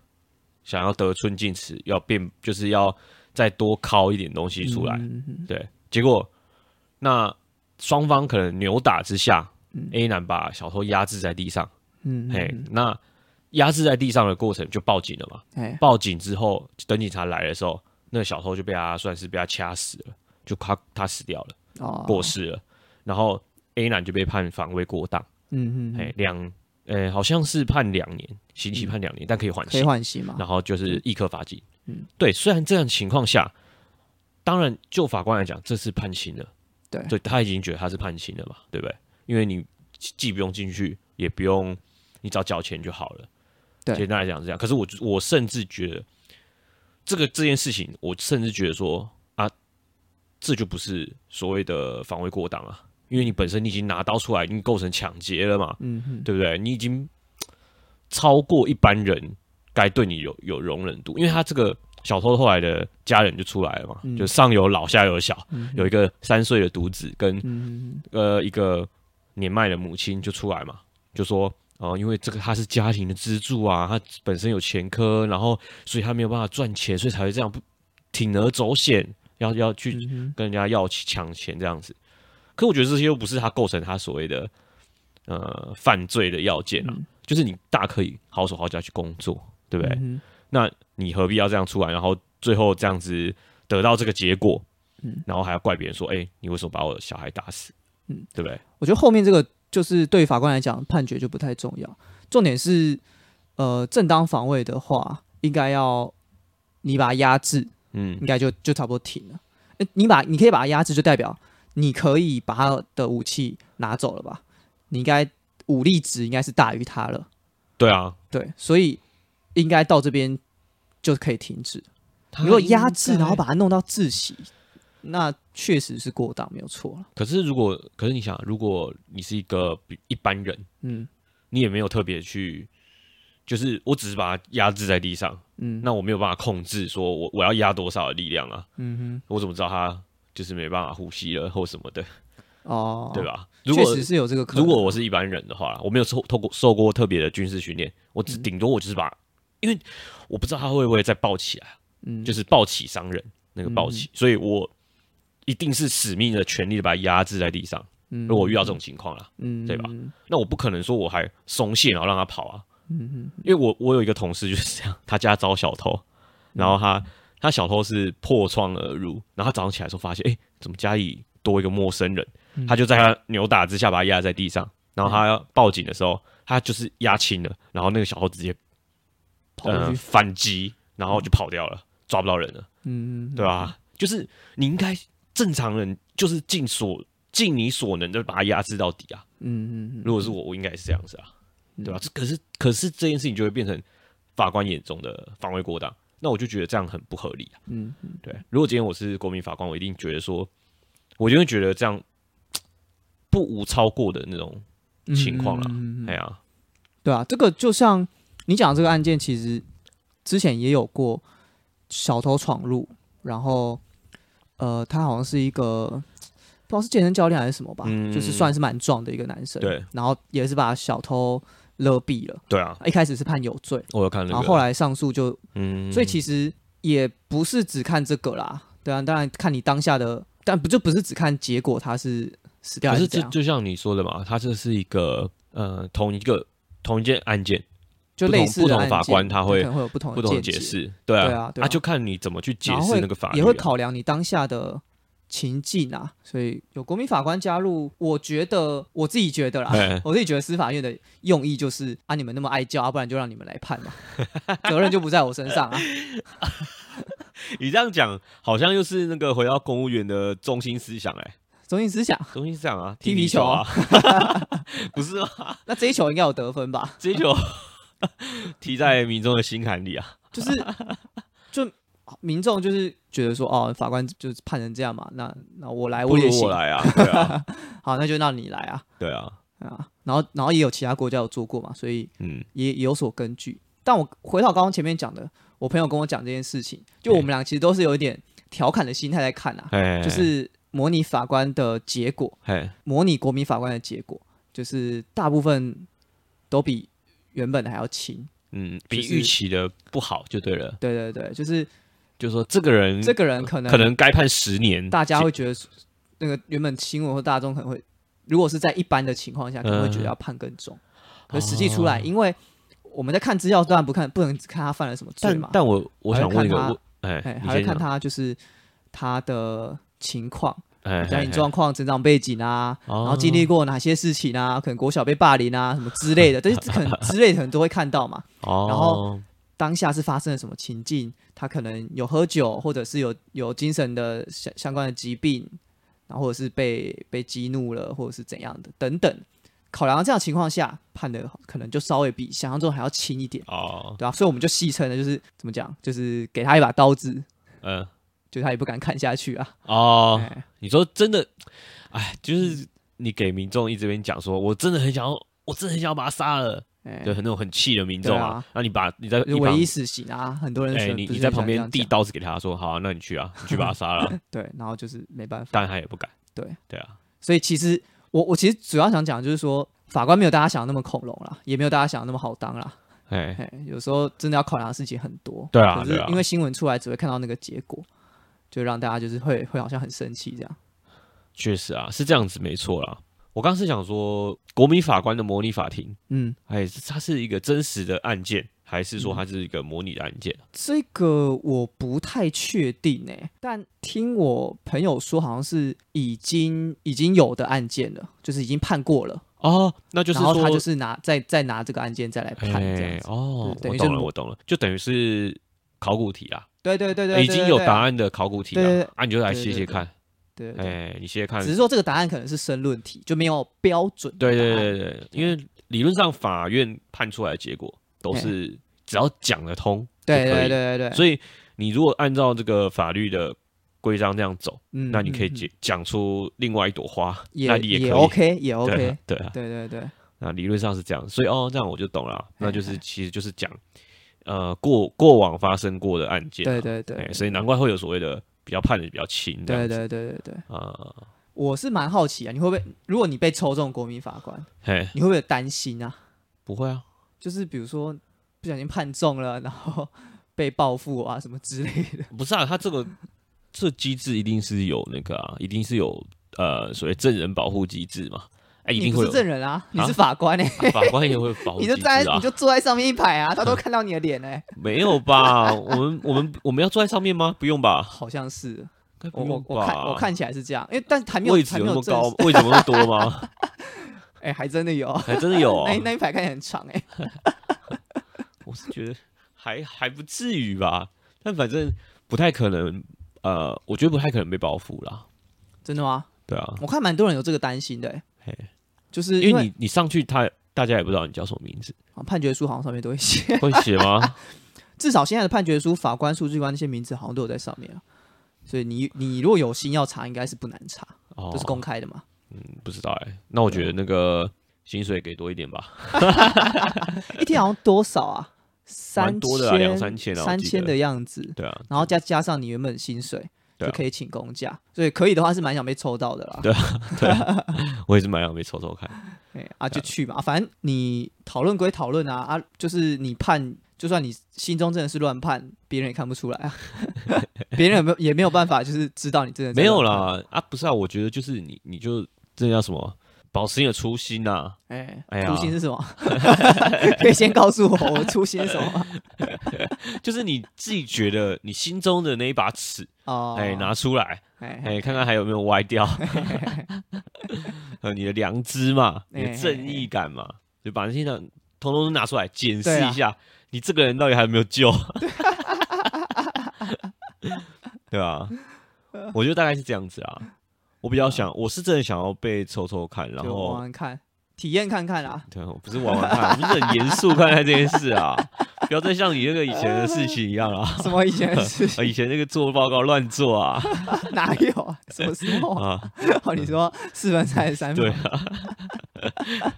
[SPEAKER 1] 想要得寸进尺，要变，就是要再多敲一点东西出来。
[SPEAKER 2] 嗯嗯
[SPEAKER 1] 对，结果那双方可能扭打之下、
[SPEAKER 2] 嗯
[SPEAKER 1] a 男把小偷压制在地上。
[SPEAKER 2] 嗯，
[SPEAKER 1] 嘿
[SPEAKER 2] 嗯，
[SPEAKER 1] 那压制在地上的过程就报警了嘛。
[SPEAKER 2] 嘿，
[SPEAKER 1] 报警之后，等警察来的时候，那个小偷就被他算是被他掐死了，就他他死掉了，
[SPEAKER 2] 哦，
[SPEAKER 1] 过世了。然后 A 男就被判防卫过当，
[SPEAKER 2] 嗯，嗯嗯，
[SPEAKER 1] 哎，两，呃，好像是判两年，刑期判两年，但可以缓
[SPEAKER 2] 可以
[SPEAKER 1] 刑，
[SPEAKER 2] 换刑嘛，
[SPEAKER 1] 然后就是一颗罚金。
[SPEAKER 2] 嗯
[SPEAKER 1] 对，虽然这样情况下，当然就法官来讲，这是判刑了，
[SPEAKER 2] 对
[SPEAKER 1] 对他已经觉得他是判刑了嘛，对不对？因为你既既不用进去，也不用你只要缴钱就好了。
[SPEAKER 2] 对
[SPEAKER 1] 简单来讲是这样。可是我我甚至觉得这个这件事情，我甚至觉得说啊，这就不是所谓的防卫过当啊，因为你本身你已经拿刀出来，已经构成抢劫了嘛，
[SPEAKER 2] 嗯嗯，
[SPEAKER 1] 对不对？你已经超过一般人该对你有有容忍度，因为他这个小偷后来的家人就出来了嘛，
[SPEAKER 2] 嗯
[SPEAKER 1] 就上有老下有小，
[SPEAKER 2] 嗯
[SPEAKER 1] 有一个三岁的独子跟
[SPEAKER 2] 嗯嗯
[SPEAKER 1] 呃一个年迈的母亲就出来嘛，就说哦、呃因为这个他是家庭的支柱啊，他本身有前科，然后所以他没有办法赚钱，所以才会这样不铤而走险，要要去
[SPEAKER 2] 嗯嗯
[SPEAKER 1] 跟人家要去抢钱这样子。可我觉得这些又不是他构成他所谓的呃犯罪的要件啊，
[SPEAKER 2] 嗯
[SPEAKER 1] 就是你大可以好手好脚去工作，对不对？
[SPEAKER 2] 嗯
[SPEAKER 1] 那你何必要这样出来，然后最后这样子得到这个结果，
[SPEAKER 2] 嗯
[SPEAKER 1] 然后还要怪别人说，哎、你为什么把我的小孩打死？
[SPEAKER 2] 嗯，
[SPEAKER 1] 对不对？
[SPEAKER 2] 我觉得后面这个就是对法官来讲判决就不太重要，重点是呃正当防卫的话，应该要你把它压制，
[SPEAKER 1] 嗯
[SPEAKER 2] 应该就就差不多停了。呃你把你可以把它压制，就代表你可以把他的武器拿走了吧？你应该武力值应该是大于他了，
[SPEAKER 1] 对啊，
[SPEAKER 2] 对，所以应该到这边就可以停止。如果压制，然后把它弄到窒息，那确实是过当，没有错了。
[SPEAKER 1] 可是如果可是你想，如果你是一个比一般人，
[SPEAKER 2] 嗯
[SPEAKER 1] 你也没有特别去，就是我只是把它压制在地上，
[SPEAKER 2] 嗯
[SPEAKER 1] 那我没有办法控制，说我我要压多少的力量啊？
[SPEAKER 2] 嗯
[SPEAKER 1] 我怎么知道他就是没办法呼吸了或什么的，
[SPEAKER 2] 哼，哦，
[SPEAKER 1] 对？吧？如
[SPEAKER 2] 确
[SPEAKER 1] 果
[SPEAKER 2] 实是有这个可能。
[SPEAKER 1] 如果我是一般人的话，我没有受透过受过特别的军事训练，我
[SPEAKER 2] 嗯
[SPEAKER 1] 只顶多我就是把，因为我不知道他会不会再抱起来，
[SPEAKER 2] 嗯
[SPEAKER 1] 就是抱起伤人那个抱起，所以我一定是使命的全力的把他压制在地上。
[SPEAKER 2] 嗯
[SPEAKER 1] 如果我遇到这种情况啦，
[SPEAKER 2] 嗯
[SPEAKER 1] 对吧
[SPEAKER 2] 嗯
[SPEAKER 1] 那我不可能说我还松懈然后让他跑啊，
[SPEAKER 2] 嗯
[SPEAKER 1] 因为我我有一个同事就是这样，他家招小偷，然后
[SPEAKER 2] 嗯
[SPEAKER 1] 他他小偷是破窗而入，然后他早上起来的时候发现，哎、怎么家里多一个陌生人？
[SPEAKER 2] 嗯
[SPEAKER 1] 他就在他扭打之下把他压在地上，然后他要报警的时候，他就是压轻了，然后那个小偷直接
[SPEAKER 2] 跑
[SPEAKER 1] 呃
[SPEAKER 2] 回去，
[SPEAKER 1] 反击，然后就跑掉了，抓不到人了。
[SPEAKER 2] 嗯，
[SPEAKER 1] 对吧、就是你应该正常人，就是尽所尽你所能的把它压制到底啊。
[SPEAKER 2] 嗯，嗯嗯，
[SPEAKER 1] 如果是我，我应该也是这样子啊，
[SPEAKER 2] 嗯
[SPEAKER 1] 对吧、这可是可是这件事情就会变成法官眼中的防卫过当，那我就觉得这样很不合理啊。
[SPEAKER 2] 嗯，嗯
[SPEAKER 1] 对，如果今天我是国民法官，我一定觉得说，我就会觉得这样不无超过的那种
[SPEAKER 2] 嗯
[SPEAKER 1] 情况啦
[SPEAKER 2] 嗯嗯嗯嗯
[SPEAKER 1] 哎呀、
[SPEAKER 2] 对啊，这个就像你讲的这个案件，其实之前也有过小偷闯入，然后呃，他好像是一个不知道是健身教练还是什么吧，
[SPEAKER 1] 嗯
[SPEAKER 2] 就是算是蛮壮的一个男生，
[SPEAKER 1] 对，
[SPEAKER 2] 然后也是把小偷勒毙了，
[SPEAKER 1] 对啊，
[SPEAKER 2] 一开始是判有罪，
[SPEAKER 1] 我有看那个，
[SPEAKER 2] 然后后来上诉就，
[SPEAKER 1] 嗯，
[SPEAKER 2] 所以其实也不是只看这个啦，对啊，当然看你当下的，但不就不是只看结果他是死掉
[SPEAKER 1] 可
[SPEAKER 2] 还
[SPEAKER 1] 是
[SPEAKER 2] 怎
[SPEAKER 1] 这
[SPEAKER 2] 样，
[SPEAKER 1] 就像你说的嘛，它这是一个呃同一个同一件案件。
[SPEAKER 2] 就
[SPEAKER 1] 不同
[SPEAKER 2] 类似
[SPEAKER 1] 不
[SPEAKER 2] 的
[SPEAKER 1] 同
[SPEAKER 2] 案
[SPEAKER 1] 法
[SPEAKER 2] 件
[SPEAKER 1] 官他
[SPEAKER 2] 对
[SPEAKER 1] 会
[SPEAKER 2] 可能会有不同
[SPEAKER 1] 不
[SPEAKER 2] 的
[SPEAKER 1] 同的
[SPEAKER 2] 哦
[SPEAKER 1] 解
[SPEAKER 2] 见解
[SPEAKER 1] 释，对啊，
[SPEAKER 2] 对啊对啊
[SPEAKER 1] 就看你怎么去解
[SPEAKER 2] 然后
[SPEAKER 1] 释
[SPEAKER 2] 会
[SPEAKER 1] 那个法律啊、
[SPEAKER 2] 也会考量你当下的情境啊，所以有国民法官加入，我觉得我自己觉得啦，
[SPEAKER 1] 哎，
[SPEAKER 2] 我自己觉得司法院的用意就是啊，你们那么爱叫，啊、不然就让你们来判嘛， 责任就不在我身上啊。
[SPEAKER 1] 你这样讲好像又是那个回到公务员的中心思想、哎，
[SPEAKER 2] 中心思想，
[SPEAKER 1] 中心思想啊，
[SPEAKER 2] 踢
[SPEAKER 1] 皮
[SPEAKER 2] 皮球
[SPEAKER 1] 啊， 不是吗？
[SPEAKER 2] 那这一球应该有得分吧？
[SPEAKER 1] 这球踢在民众的心坎里啊，
[SPEAKER 2] 就是就民众就是觉得说，哦，法官就是判成这样嘛，那那我来
[SPEAKER 1] 不
[SPEAKER 2] 哎我也
[SPEAKER 1] 如
[SPEAKER 2] 行
[SPEAKER 1] 我，来啊，对啊，
[SPEAKER 2] 好，那就让你来啊
[SPEAKER 1] 对啊，
[SPEAKER 2] 啊。然后然后也有其他国家有做过嘛，所以
[SPEAKER 1] 嗯，
[SPEAKER 2] 也也有所根据。但我回到刚刚前面讲的，我朋友跟我讲这件事情，就我们俩其实都是有一点调侃的心态在看啊，
[SPEAKER 1] 哎，
[SPEAKER 2] 就是模拟法官的结果，
[SPEAKER 1] 哎，
[SPEAKER 2] 模拟国民法官的结果，就是大部分都比原本的还要轻。
[SPEAKER 1] 嗯，比
[SPEAKER 2] 就是
[SPEAKER 1] 预期的不好就对了，
[SPEAKER 2] 对对对，就是
[SPEAKER 1] 就说这个人
[SPEAKER 2] 这个人可能
[SPEAKER 1] 嗯可能该判十年，
[SPEAKER 2] 大家会觉得那个原本新闻或大众可能会，如果是在一般的情况下，可能
[SPEAKER 1] 嗯
[SPEAKER 2] 会觉得要判更重，可实
[SPEAKER 1] 哦
[SPEAKER 2] 际出来，因为我们在看资料，当然不看不能只看他犯了什么罪
[SPEAKER 1] 但
[SPEAKER 2] 嘛，
[SPEAKER 1] 但我我
[SPEAKER 2] 还
[SPEAKER 1] 想
[SPEAKER 2] 会
[SPEAKER 1] 问一
[SPEAKER 2] 看
[SPEAKER 1] 个
[SPEAKER 2] 他
[SPEAKER 1] 问，
[SPEAKER 2] 哎
[SPEAKER 1] 哎，，你
[SPEAKER 2] 还会
[SPEAKER 1] 先
[SPEAKER 2] 看
[SPEAKER 1] 讲，
[SPEAKER 2] 他就是他的情况、
[SPEAKER 1] 哎，
[SPEAKER 2] 家庭
[SPEAKER 1] 哎，哦
[SPEAKER 2] 状况、成长背景啊，
[SPEAKER 1] 然
[SPEAKER 2] 然后经历过哪些事情啊，可能国小被霸凌啊，什么之类的，这些可能之类的可能都会看到嘛。
[SPEAKER 1] 哦，
[SPEAKER 2] 然后当下是发生了什么情境，他可能有喝酒，或者是有有精神的相相关的疾病，然后或者是被被激怒了，或者是怎样的等等。考量到这样的情况下，判的可能就稍微比想象中还要轻一点，
[SPEAKER 1] 哦，
[SPEAKER 2] 对啊，所以我们就戏称的就是怎么讲，就是给他一把刀子，
[SPEAKER 1] 嗯。
[SPEAKER 2] 就他也不敢看下去啊。
[SPEAKER 1] 哦，
[SPEAKER 2] 哎
[SPEAKER 1] 你说真的，哎，就是你给民众一直跟你讲说，我真的很想要，我真的很想要把他杀了，
[SPEAKER 2] 哎
[SPEAKER 1] 对，很那种很气的民众
[SPEAKER 2] 对
[SPEAKER 1] 啊
[SPEAKER 2] 啊。
[SPEAKER 1] 那你把你在
[SPEAKER 2] 就
[SPEAKER 1] 一
[SPEAKER 2] 唯
[SPEAKER 1] 旁
[SPEAKER 2] 一，死刑啊，很多人
[SPEAKER 1] 哎，
[SPEAKER 2] 选
[SPEAKER 1] 你
[SPEAKER 2] 不是
[SPEAKER 1] 你在
[SPEAKER 2] 很
[SPEAKER 1] 旁
[SPEAKER 2] 喜欢这
[SPEAKER 1] 边
[SPEAKER 2] 样
[SPEAKER 1] 递
[SPEAKER 2] 讲
[SPEAKER 1] 刀子给他说，好啊，那你去啊，你去把他杀 了。
[SPEAKER 2] 对，然后就是没办法。
[SPEAKER 1] 当然他也不敢。
[SPEAKER 2] 对
[SPEAKER 1] 对啊，
[SPEAKER 2] 所以其实我我其实主要想讲的就是说，法官没有大家想的那么恐龙啦，也没有大家想的那么好当啦。
[SPEAKER 1] 哎，
[SPEAKER 2] 嘿，有时候真的要考量的事情很多。
[SPEAKER 1] 对啊
[SPEAKER 2] 可
[SPEAKER 1] 对
[SPEAKER 2] 是
[SPEAKER 1] 啊
[SPEAKER 2] 因为新闻出来只会看到那个结果，就让大家就是会会好像很生气这样。
[SPEAKER 1] 确实啊，是这样子没错啦。我刚是想说，国民法官的模拟法庭，
[SPEAKER 2] 嗯，
[SPEAKER 1] 哎，它是一个真实的案件，还是说它是一个模拟的案件？
[SPEAKER 2] 这个我不太确定诶、但听我朋友说，好像是已经已经有的案件了，就是已经判过了，
[SPEAKER 1] 哦，那就是
[SPEAKER 2] 然后
[SPEAKER 1] 说，
[SPEAKER 2] 他就是拿再再拿这个案件再来判这样
[SPEAKER 1] 哎
[SPEAKER 2] 子，。
[SPEAKER 1] 哦，我
[SPEAKER 2] 对等于
[SPEAKER 1] 懂
[SPEAKER 2] 是
[SPEAKER 1] 了，
[SPEAKER 2] 模
[SPEAKER 1] 我懂了，就等于是考古题啦。
[SPEAKER 2] 对对啊对对，
[SPEAKER 1] 已经有答
[SPEAKER 2] 案。
[SPEAKER 1] 案的考古题
[SPEAKER 2] 对对
[SPEAKER 1] 了
[SPEAKER 2] 对，
[SPEAKER 1] 啊，你就来
[SPEAKER 2] 对
[SPEAKER 1] 写
[SPEAKER 2] 对
[SPEAKER 1] 写
[SPEAKER 2] 对
[SPEAKER 1] 看，
[SPEAKER 2] 对，对
[SPEAKER 1] 哎，你写写看
[SPEAKER 2] 只，是说这个答案可能是申论题，就没有标准的
[SPEAKER 1] 对对
[SPEAKER 2] 答案，
[SPEAKER 1] 对对，因为理论上法院判出来的结果都
[SPEAKER 2] 哎
[SPEAKER 1] 是只要讲得通就
[SPEAKER 2] 对
[SPEAKER 1] 可
[SPEAKER 2] 对
[SPEAKER 1] 以，
[SPEAKER 2] 对对对，
[SPEAKER 1] 所以你如果按照这个法律的规章这样走，
[SPEAKER 2] 嗯
[SPEAKER 1] 那你可以
[SPEAKER 2] 嗯嗯
[SPEAKER 1] 解讲出另外一朵花，
[SPEAKER 2] 也
[SPEAKER 1] 那你可
[SPEAKER 2] 也
[SPEAKER 1] 以
[SPEAKER 2] OK 也
[SPEAKER 1] 对
[SPEAKER 2] OK，
[SPEAKER 1] 啊对啊，
[SPEAKER 2] 对对对，
[SPEAKER 1] 那理论上是这样，所以哦，这样我就懂了啊，那就
[SPEAKER 2] 哎
[SPEAKER 1] 是其实就是讲呃过过往发生过的案件啊，
[SPEAKER 2] 对对对
[SPEAKER 1] 哎，所以难怪会有所谓的比较判的比较轻，这
[SPEAKER 2] 对
[SPEAKER 1] 样子
[SPEAKER 2] 对对对对，
[SPEAKER 1] 啊，
[SPEAKER 2] 我是蛮好奇啊，你会不会如果你被抽中国民法官，
[SPEAKER 1] 嘿，
[SPEAKER 2] 你会不会担心啊？
[SPEAKER 1] 不会啊。
[SPEAKER 2] 就是比如说不小心判中了，然后 被报复啊什么之类的，
[SPEAKER 1] 不是啊，他这个这机制一定是有那个啊，一定是有呃所谓证人保护机制嘛，哎、一
[SPEAKER 2] 你
[SPEAKER 1] 定
[SPEAKER 2] 不
[SPEAKER 1] 会
[SPEAKER 2] 是
[SPEAKER 1] 有
[SPEAKER 2] 证人啊，你
[SPEAKER 1] 啊
[SPEAKER 2] 是法官哎，
[SPEAKER 1] 法官也会有保护
[SPEAKER 2] 你
[SPEAKER 1] 机
[SPEAKER 2] 就
[SPEAKER 1] 制
[SPEAKER 2] 站在
[SPEAKER 1] 啊
[SPEAKER 2] 你，就坐在上面一排啊，他都看到你的脸哎，
[SPEAKER 1] 没有吧？我们我们我们要坐在上面吗？不用吧？
[SPEAKER 2] 好像是
[SPEAKER 1] 应该
[SPEAKER 2] 我
[SPEAKER 1] 不用
[SPEAKER 2] 我
[SPEAKER 1] 吧？
[SPEAKER 2] 我看我看起来是这样，因为但还没有
[SPEAKER 1] 位置
[SPEAKER 2] 还
[SPEAKER 1] 有
[SPEAKER 2] 没
[SPEAKER 1] 那
[SPEAKER 2] 有
[SPEAKER 1] 么
[SPEAKER 2] 正
[SPEAKER 1] 高
[SPEAKER 2] 式，
[SPEAKER 1] 位置有那么多吗？
[SPEAKER 2] 哎、还真的有，
[SPEAKER 1] 还真的有、哦
[SPEAKER 2] 那一。那一排看起来很长哎、
[SPEAKER 1] 我是觉得还还不至于吧，但反正不太可能。呃，我觉得不太可能被报复啦。
[SPEAKER 2] 真的吗？
[SPEAKER 1] 对啊，
[SPEAKER 2] 我看蛮多人有这个担心的、欸
[SPEAKER 1] 嘿，
[SPEAKER 2] 就是
[SPEAKER 1] 因
[SPEAKER 2] 为
[SPEAKER 1] 为你你上去他，大家也不知道你叫什么名字，
[SPEAKER 2] 啊判决书好像上面 都会写，
[SPEAKER 1] 会写吗？
[SPEAKER 2] 至少现在的判决书、法官、数据官那些名字好像都有在上面啊。所以你你如果有心要查，应该是不难查，
[SPEAKER 1] 哦
[SPEAKER 2] 这是公开的嘛。
[SPEAKER 1] 不知道哎、那我觉得那个薪水给多一点吧，
[SPEAKER 2] 一天好像多少啊？三
[SPEAKER 1] 蛮多的啊，
[SPEAKER 2] 千
[SPEAKER 1] 两三千啊，我
[SPEAKER 2] 三
[SPEAKER 1] 记
[SPEAKER 2] 千
[SPEAKER 1] 得
[SPEAKER 2] 的样子，
[SPEAKER 1] 对啊，
[SPEAKER 2] 然后加加上你原本的薪水，
[SPEAKER 1] 对
[SPEAKER 2] 就
[SPEAKER 1] 啊
[SPEAKER 2] 可以请公假。所以可以的话是蛮想被抽到的啦。
[SPEAKER 1] 对我也是蛮想被抽抽看。
[SPEAKER 2] 哎啊，就去嘛，啊反正你讨论归讨论啊，啊，就是你判，就算你心中真的是乱判，别人也看不出来啊， 别人有没有也没有办法，就是知道你真的在
[SPEAKER 1] 没有
[SPEAKER 2] 乱判，
[SPEAKER 1] 啦，啊，不是啊，我觉得就是你你就这叫什么，保持你的初心呐、啊。
[SPEAKER 2] 哎、
[SPEAKER 1] 哎呀
[SPEAKER 2] 初心是 什么？可以先告诉我我初心是什么 吗？
[SPEAKER 1] 就是你自己觉得你心中的那一把尺，
[SPEAKER 2] 哦，
[SPEAKER 1] 哎、拿出来，
[SPEAKER 2] 哎，
[SPEAKER 1] 哎、看看还有没有歪掉， 呃，你的良知嘛，你
[SPEAKER 2] 哎
[SPEAKER 1] 的正义感嘛，就把那些呢通通都拿出来检视
[SPEAKER 2] 对啊
[SPEAKER 1] 一下，你这个人到底还有没有 救？对啊，我觉得大概是这样子啊。我比较想，我是真的想要被抽抽看，然
[SPEAKER 2] 嗯就玩
[SPEAKER 1] 后
[SPEAKER 2] 玩看，体验看 看啦。
[SPEAKER 1] 对，我不是玩玩看，我们是很严肃看待这件事 啊，不要再像你那个以前的事情一样啊。
[SPEAKER 2] 什么以前的事
[SPEAKER 1] 啊，
[SPEAKER 2] 情
[SPEAKER 1] 以前那个做报告乱做啊
[SPEAKER 2] 哪有 啊？什么时候啊？
[SPEAKER 1] 哎啊，
[SPEAKER 2] 哦，你说四分三十三
[SPEAKER 1] 对，
[SPEAKER 2] 分
[SPEAKER 1] 啊，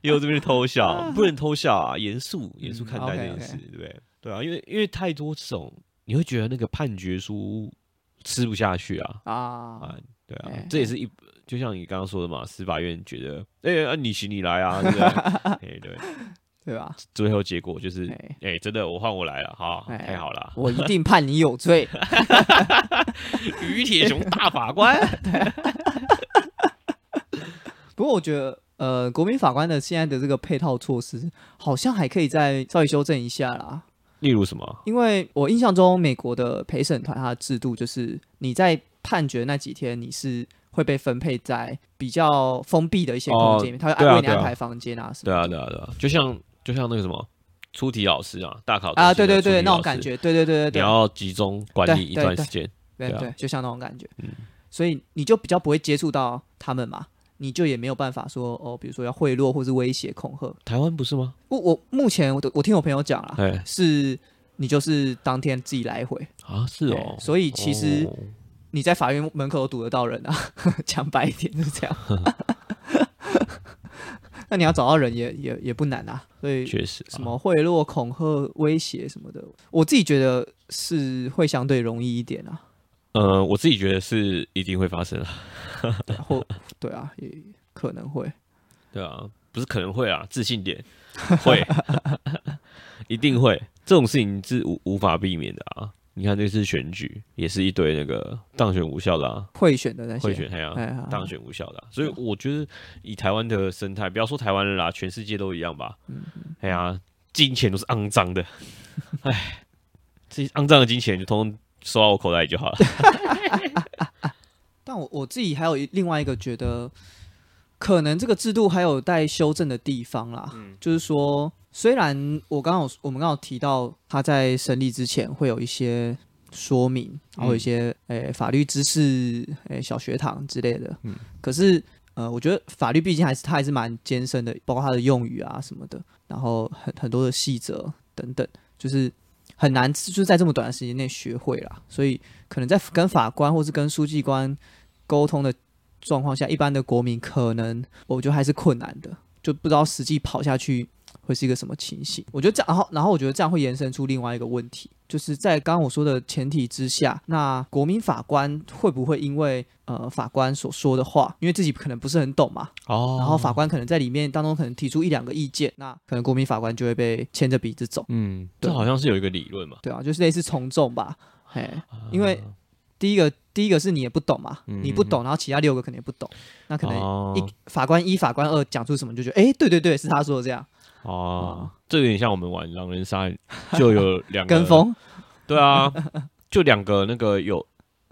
[SPEAKER 1] 又这边偷 笑，不能偷笑啊，严肃严肃
[SPEAKER 2] 嗯
[SPEAKER 1] 看待这件
[SPEAKER 2] OK，OK
[SPEAKER 1] 事，对不对？对啊，因为因为太多这种，你会觉得那个判决书吃不下去啊，
[SPEAKER 2] 啊，
[SPEAKER 1] 对啊
[SPEAKER 2] 哎，
[SPEAKER 1] 这也是一就像你刚刚说的嘛，司法院觉得，哎，啊你行你来 啊，对不对？哎，对，
[SPEAKER 2] 对吧？
[SPEAKER 1] 最后结果就是
[SPEAKER 2] 哎，
[SPEAKER 1] 哎，真的我换我来了，好，
[SPEAKER 2] 哎
[SPEAKER 1] 太好 了，
[SPEAKER 2] 我一定判你有 罪。
[SPEAKER 1] 于铁雄大法官，
[SPEAKER 2] 不过我觉得，呃，国民法官的现在的这个配套措施，好像还可以再稍微修正一下啦。
[SPEAKER 1] 例如什么？
[SPEAKER 2] 因为我印象中，美国的陪审团它的制度就是，你在判决那几天，你是会被分配在比较封闭的一些空间里面，他、
[SPEAKER 1] 对
[SPEAKER 2] 会
[SPEAKER 1] 啊
[SPEAKER 2] 为你
[SPEAKER 1] 对啊
[SPEAKER 2] 安排房间啊什么
[SPEAKER 1] 对啊，对啊，对啊，就像就像那个什么出题老师啊，大考
[SPEAKER 2] 啊，
[SPEAKER 1] 中
[SPEAKER 2] 对
[SPEAKER 1] 心的
[SPEAKER 2] 对
[SPEAKER 1] 出
[SPEAKER 2] 对，
[SPEAKER 1] 题
[SPEAKER 2] 那种
[SPEAKER 1] 老
[SPEAKER 2] 感
[SPEAKER 1] 师，
[SPEAKER 2] 觉，对对对对
[SPEAKER 1] 你
[SPEAKER 2] 对，
[SPEAKER 1] 要集中管理
[SPEAKER 2] 对
[SPEAKER 1] 一
[SPEAKER 2] 对
[SPEAKER 1] 段
[SPEAKER 2] 对
[SPEAKER 1] 时间。
[SPEAKER 2] 对
[SPEAKER 1] 对啊
[SPEAKER 2] 对，就像那种感觉。
[SPEAKER 1] 嗯
[SPEAKER 2] 所以你就比较不会接触到他们嘛，你就也没有办法说哦，比如说要贿赂或是威胁恐吓。
[SPEAKER 1] 台湾不是吗？
[SPEAKER 2] 我我目前我的我听我朋友讲啦，
[SPEAKER 1] 哎
[SPEAKER 2] 是你就是当天自己来回，
[SPEAKER 1] 啊，是哦
[SPEAKER 2] 哎。所以其实
[SPEAKER 1] 哦
[SPEAKER 2] 你在法院门口都堵得到人啊， 讲白一点就是 这样。那你要找到人也也也不难啊，所以
[SPEAKER 1] 确实啊
[SPEAKER 2] 什么贿赂、恐吓、威胁什么的，我自己觉得是会相对容易一点啊，
[SPEAKER 1] 呃，我自己觉得是一定会发生啊。
[SPEAKER 2] 对啊或对啊，也可能会。
[SPEAKER 1] 对啊，不是可能会啊，自信点 会， 一定会。这种事情是无无法避免的啊。你看这次选举也是一堆那个当选无效的啊，
[SPEAKER 2] 贿选的那些，
[SPEAKER 1] 贿选黑啊，
[SPEAKER 2] 哎呀
[SPEAKER 1] 当选无效的啊、所以我觉得以台湾的生态，不要说台湾了啦，全世界都一样吧。
[SPEAKER 2] 嗯
[SPEAKER 1] 哎呀，金钱都是肮脏的，哎，这些肮脏的金钱就通通收到我口袋里就好了。
[SPEAKER 2] 但我我自己还有一另外一个觉得，可能这个制度还有待修正的地方啦。就是说，虽然我刚刚有我们刚刚有提到，他在审理之前会有一些说明，还有一些诶、法律知识、诶、小学堂之类的。可是呃，我觉得法律毕竟还是它还是蛮艰深的，包括它的用语啊什么的，然后很很多的细则等等，就是很难，就是在这么短的时间内学会啦。所以可能在跟法官或是跟书记官沟通的状况下，一般的国民可能我觉得还是困难的，就不知道实际跑下去会是一个什么情形。我觉得这样，然后然后我觉得这样会延伸出另外一个问题，就是在刚刚我说的前提之下，那国民法官会不会因为呃法官所说的话，因为自己可能不是很懂嘛，
[SPEAKER 1] 哦
[SPEAKER 2] 然后法官可能在里面当中可能提出一两个意见，那可能国民法官就会被牵着鼻子走，
[SPEAKER 1] 嗯，
[SPEAKER 2] 对
[SPEAKER 1] 这好像是有一个理论嘛，啊
[SPEAKER 2] 对啊，就是类似从众吧，嘿，啊因为第一个第一个是你也不懂嘛，你不懂，然后其他六个可能也不懂，那可能
[SPEAKER 1] 嗯哦
[SPEAKER 2] 一、法官一、法官二讲出什么，你就觉得哎、诶对对对，是他说的这样，
[SPEAKER 1] 哦，这有点像我们玩狼人杀，就有两个
[SPEAKER 2] 啊跟，风，
[SPEAKER 1] 对 啊，就两个那个有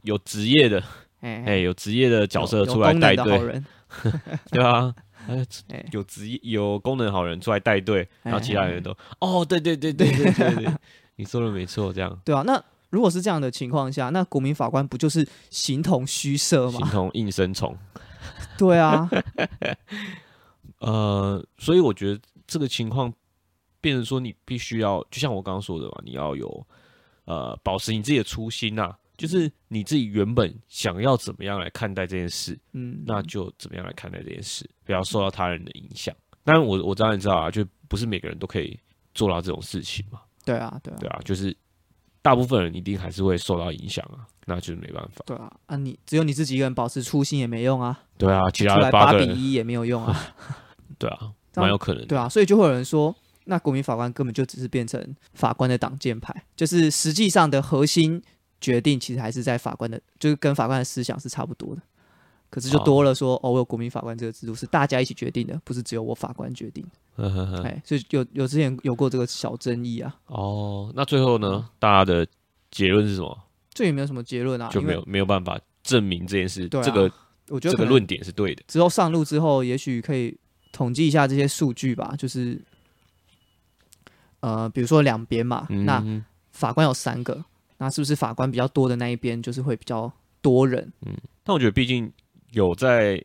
[SPEAKER 1] 有职业的，
[SPEAKER 2] 哎、
[SPEAKER 1] 哎，有职业的角色
[SPEAKER 2] 有
[SPEAKER 1] 出来
[SPEAKER 2] 有功
[SPEAKER 1] 带
[SPEAKER 2] 能的好
[SPEAKER 1] 队，
[SPEAKER 2] 人，
[SPEAKER 1] 对啊，呃
[SPEAKER 2] 哎
[SPEAKER 1] 有职业有功能好人出来带队，然后其他
[SPEAKER 2] 哎
[SPEAKER 1] 人都哦，对对对对对对 对，你说的没错，这样
[SPEAKER 2] 对啊，那如果是这样的情况下，那国民法官不就是形同虚设
[SPEAKER 1] 形
[SPEAKER 2] 吗？
[SPEAKER 1] 同应声虫。
[SPEAKER 2] 对啊，
[SPEAKER 1] 呃，所以我觉得这个情况，变成说你必须要，就像我刚刚说的嘛，你要有呃，保持你自己的初心呐、就是你自己原本想要怎么样来看待这件事，
[SPEAKER 2] 嗯，
[SPEAKER 1] 那就怎么样来看待这件事，不要受到他人的影响。当然我，我当然知道啊，就不是每个人都可以做到这种事情嘛，
[SPEAKER 2] 对啊，对啊，
[SPEAKER 1] 对啊，就是大部分人一定还是会受到影响啊，那就是没办法。
[SPEAKER 2] 对啊，啊你只有你自己一个人保持初心也没用啊，
[SPEAKER 1] 对啊，其
[SPEAKER 2] 出
[SPEAKER 1] 他
[SPEAKER 2] 来
[SPEAKER 1] 的
[SPEAKER 2] 八
[SPEAKER 1] 个
[SPEAKER 2] 比
[SPEAKER 1] 人，
[SPEAKER 2] 一也没有用啊，
[SPEAKER 1] 对啊，
[SPEAKER 2] 这样
[SPEAKER 1] 蛮有可能的。
[SPEAKER 2] 对啊，所以就会有人说，那国民法官根本就只是变成法官的挡箭牌，就是实际上的核心决定其实还是在法官的，就是跟法官的思想是差不多的。可是就
[SPEAKER 1] 哦
[SPEAKER 2] 多了说，哦，我有国民法官这个制度是大家一起决定的，不是只有我法官决定。
[SPEAKER 1] 呵呵呵
[SPEAKER 2] 哎、所以有有之前有过这个小争议啊，
[SPEAKER 1] 哦，那最后
[SPEAKER 2] 嗯
[SPEAKER 1] 呢，大家的结论是什么？
[SPEAKER 2] 这也没有什么结论啊，
[SPEAKER 1] 就没
[SPEAKER 2] 因
[SPEAKER 1] 有
[SPEAKER 2] 为
[SPEAKER 1] 没有办法证明这件事，
[SPEAKER 2] 对啊
[SPEAKER 1] 这个
[SPEAKER 2] 我
[SPEAKER 1] 这
[SPEAKER 2] 觉得可
[SPEAKER 1] 个
[SPEAKER 2] 能
[SPEAKER 1] 论点是对的。
[SPEAKER 2] 之后上路之后，也许可以统计一下这些数据吧，就是呃，比如说两边嘛，
[SPEAKER 1] 嗯
[SPEAKER 2] 那法官有三个，那是不是法官比较多的那一边就是会比较多人？
[SPEAKER 1] 但我觉得毕竟有在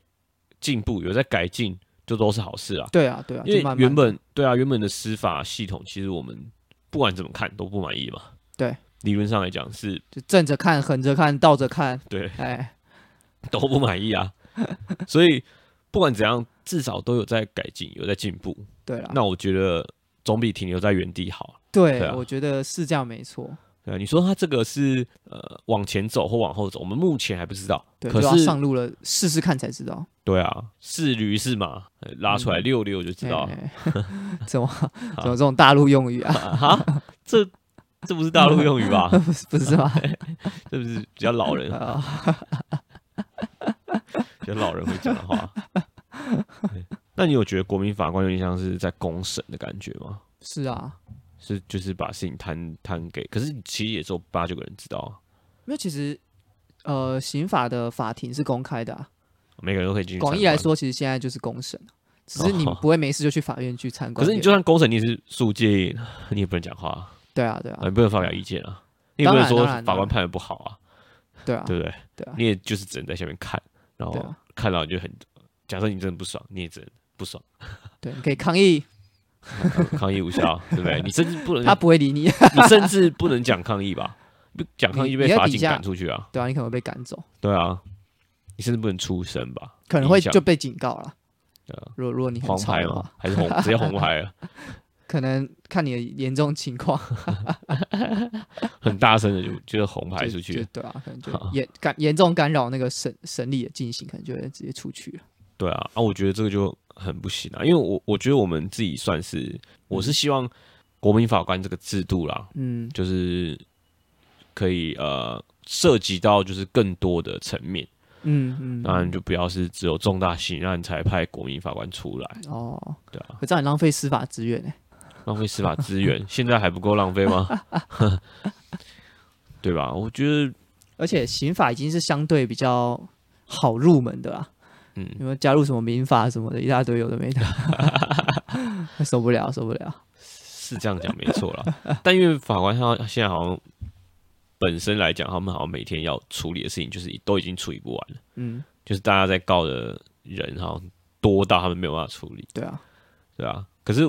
[SPEAKER 1] 进步，有在改进，这都是好事啊。
[SPEAKER 2] 对啊，对啊，
[SPEAKER 1] 因
[SPEAKER 2] 就
[SPEAKER 1] 为
[SPEAKER 2] 慢慢
[SPEAKER 1] 原本对啊，原本的司法系统，其实我们不管怎么看都不满意嘛。
[SPEAKER 2] 对，
[SPEAKER 1] 理论上来讲是
[SPEAKER 2] 就正着看、横着看、倒着看，
[SPEAKER 1] 对
[SPEAKER 2] 哎，
[SPEAKER 1] 都不满意啊。所以不管怎样，至少都有在改进，有在进步。
[SPEAKER 2] 对了，
[SPEAKER 1] 那我觉得总比停留在原地好。
[SPEAKER 2] 对，
[SPEAKER 1] 对啊
[SPEAKER 2] 我觉得是这样没错，
[SPEAKER 1] 对啊，你说他这个是呃往前走或往后走，我们目前还不知道。
[SPEAKER 2] 对，
[SPEAKER 1] 可
[SPEAKER 2] 就要
[SPEAKER 1] 是
[SPEAKER 2] 上路了，试试看才知道。
[SPEAKER 1] 对啊，是驴是马，呃拉出来
[SPEAKER 2] 嗯
[SPEAKER 1] 溜溜就知道啊 了。
[SPEAKER 2] 哎哎 怎么怎么这种大陆用语 啊？
[SPEAKER 1] 哈，这这不是大陆用语吧？
[SPEAKER 2] 不是不是吗？
[SPEAKER 1] 哎这不是比较老人，
[SPEAKER 2] 啊
[SPEAKER 1] 比较老人会讲的话。对那你有觉得国民法官有点像是在公审的感觉吗？
[SPEAKER 2] 是啊，
[SPEAKER 1] 是就是把事情摊摊给，可是其实也只有八九个人知道啊，
[SPEAKER 2] 因为其实呃，刑法的法庭是公开的、啊，
[SPEAKER 1] 每个人都可以进去。
[SPEAKER 2] 广义来，说，其实现在就是公审，啊只是你
[SPEAKER 1] 哦
[SPEAKER 2] 不会没事就去法院去参
[SPEAKER 1] 可
[SPEAKER 2] 观。
[SPEAKER 1] 是你就算公审，你也是诉戒，你也不能讲话啊，
[SPEAKER 2] 对啊，对啊
[SPEAKER 1] 你，不能发表意见啊，你也不能
[SPEAKER 2] 当然
[SPEAKER 1] 说
[SPEAKER 2] 当然
[SPEAKER 1] 法官判的不好啊，
[SPEAKER 2] 对啊，
[SPEAKER 1] 对不对？哦
[SPEAKER 2] 对啊
[SPEAKER 1] 你，也就是只能在下面看，然
[SPEAKER 2] 对
[SPEAKER 1] 后
[SPEAKER 2] 啊，
[SPEAKER 1] 看到你就很，假设你真的不爽，你也只能不爽，
[SPEAKER 2] 对，你可以抗议，
[SPEAKER 1] 抗议无效，啊对不对？你甚至不能，
[SPEAKER 2] 他不会理 你，
[SPEAKER 1] 你甚至不能讲抗议吧？不讲抗议就
[SPEAKER 2] 你
[SPEAKER 1] 被
[SPEAKER 2] 你在
[SPEAKER 1] 法
[SPEAKER 2] 底
[SPEAKER 1] 警
[SPEAKER 2] 下
[SPEAKER 1] 赶出去啊，
[SPEAKER 2] 对啊，你可能会被赶走，
[SPEAKER 1] 对啊，你甚至不能出声吧？
[SPEAKER 2] 可能会
[SPEAKER 1] 影响
[SPEAKER 2] 就被警告了。
[SPEAKER 1] 对啊
[SPEAKER 2] 如果如果你很
[SPEAKER 1] 黄
[SPEAKER 2] 吵啊
[SPEAKER 1] 牌
[SPEAKER 2] 的
[SPEAKER 1] 嘛
[SPEAKER 2] 话，，
[SPEAKER 1] 还是红直接红牌啊了，
[SPEAKER 2] 可能看你的严重情况，
[SPEAKER 1] 很大声的就就是红牌
[SPEAKER 2] 就
[SPEAKER 1] 出
[SPEAKER 2] 嗯就
[SPEAKER 1] 去，
[SPEAKER 2] 对啊，可能就
[SPEAKER 1] 好
[SPEAKER 2] 严干严重干扰那个审审理的进行，可能就会直接出去了。
[SPEAKER 1] 对啊啊，我觉得这个就很不行啊，因为我我觉得我们自己算是，我是希望国民法官这个制度啦，
[SPEAKER 2] 嗯，
[SPEAKER 1] 就是可以呃涉及到就是更多的层面。
[SPEAKER 2] 嗯嗯，
[SPEAKER 1] 当然就不要是只有重大刑案才派国民法官出来，
[SPEAKER 2] 哦，
[SPEAKER 1] 对啊，
[SPEAKER 2] 可这样很浪费司法资源欸呢。
[SPEAKER 1] 浪费司法资 源，现在还不够浪费吗？ 对吧？我觉得，
[SPEAKER 2] 而且刑法已经是相对比较好入门的啦，
[SPEAKER 1] 嗯，
[SPEAKER 2] 有没有加入什么民法什么的，一大堆有的没 的，受不了，受不了。
[SPEAKER 1] 是这样讲没错啦。但因为法官他现在好像本身来讲，他们好像每天要处理的事情就是都已经处理不完了，
[SPEAKER 2] 嗯，
[SPEAKER 1] 就是大家在告的人好像多到他们没有办法处理，
[SPEAKER 2] 对啊，
[SPEAKER 1] 对啊。可是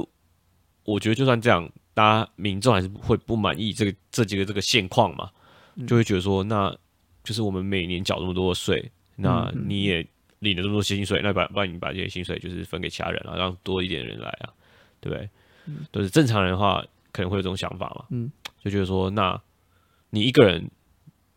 [SPEAKER 1] 我觉得就算这样，大家民众还是会不满意这个这几个这个现况嘛，
[SPEAKER 2] 嗯
[SPEAKER 1] 就会觉得说，那就是我们每年缴那么多的税，那
[SPEAKER 2] 嗯嗯
[SPEAKER 1] 你也领了这么多薪水，那把不然你把这些薪水就是分给其他人啊，让多一点人来啊，对不对？都是正常人的话，可能会有这种想法嘛，
[SPEAKER 2] 嗯
[SPEAKER 1] 就觉得说，那你一个人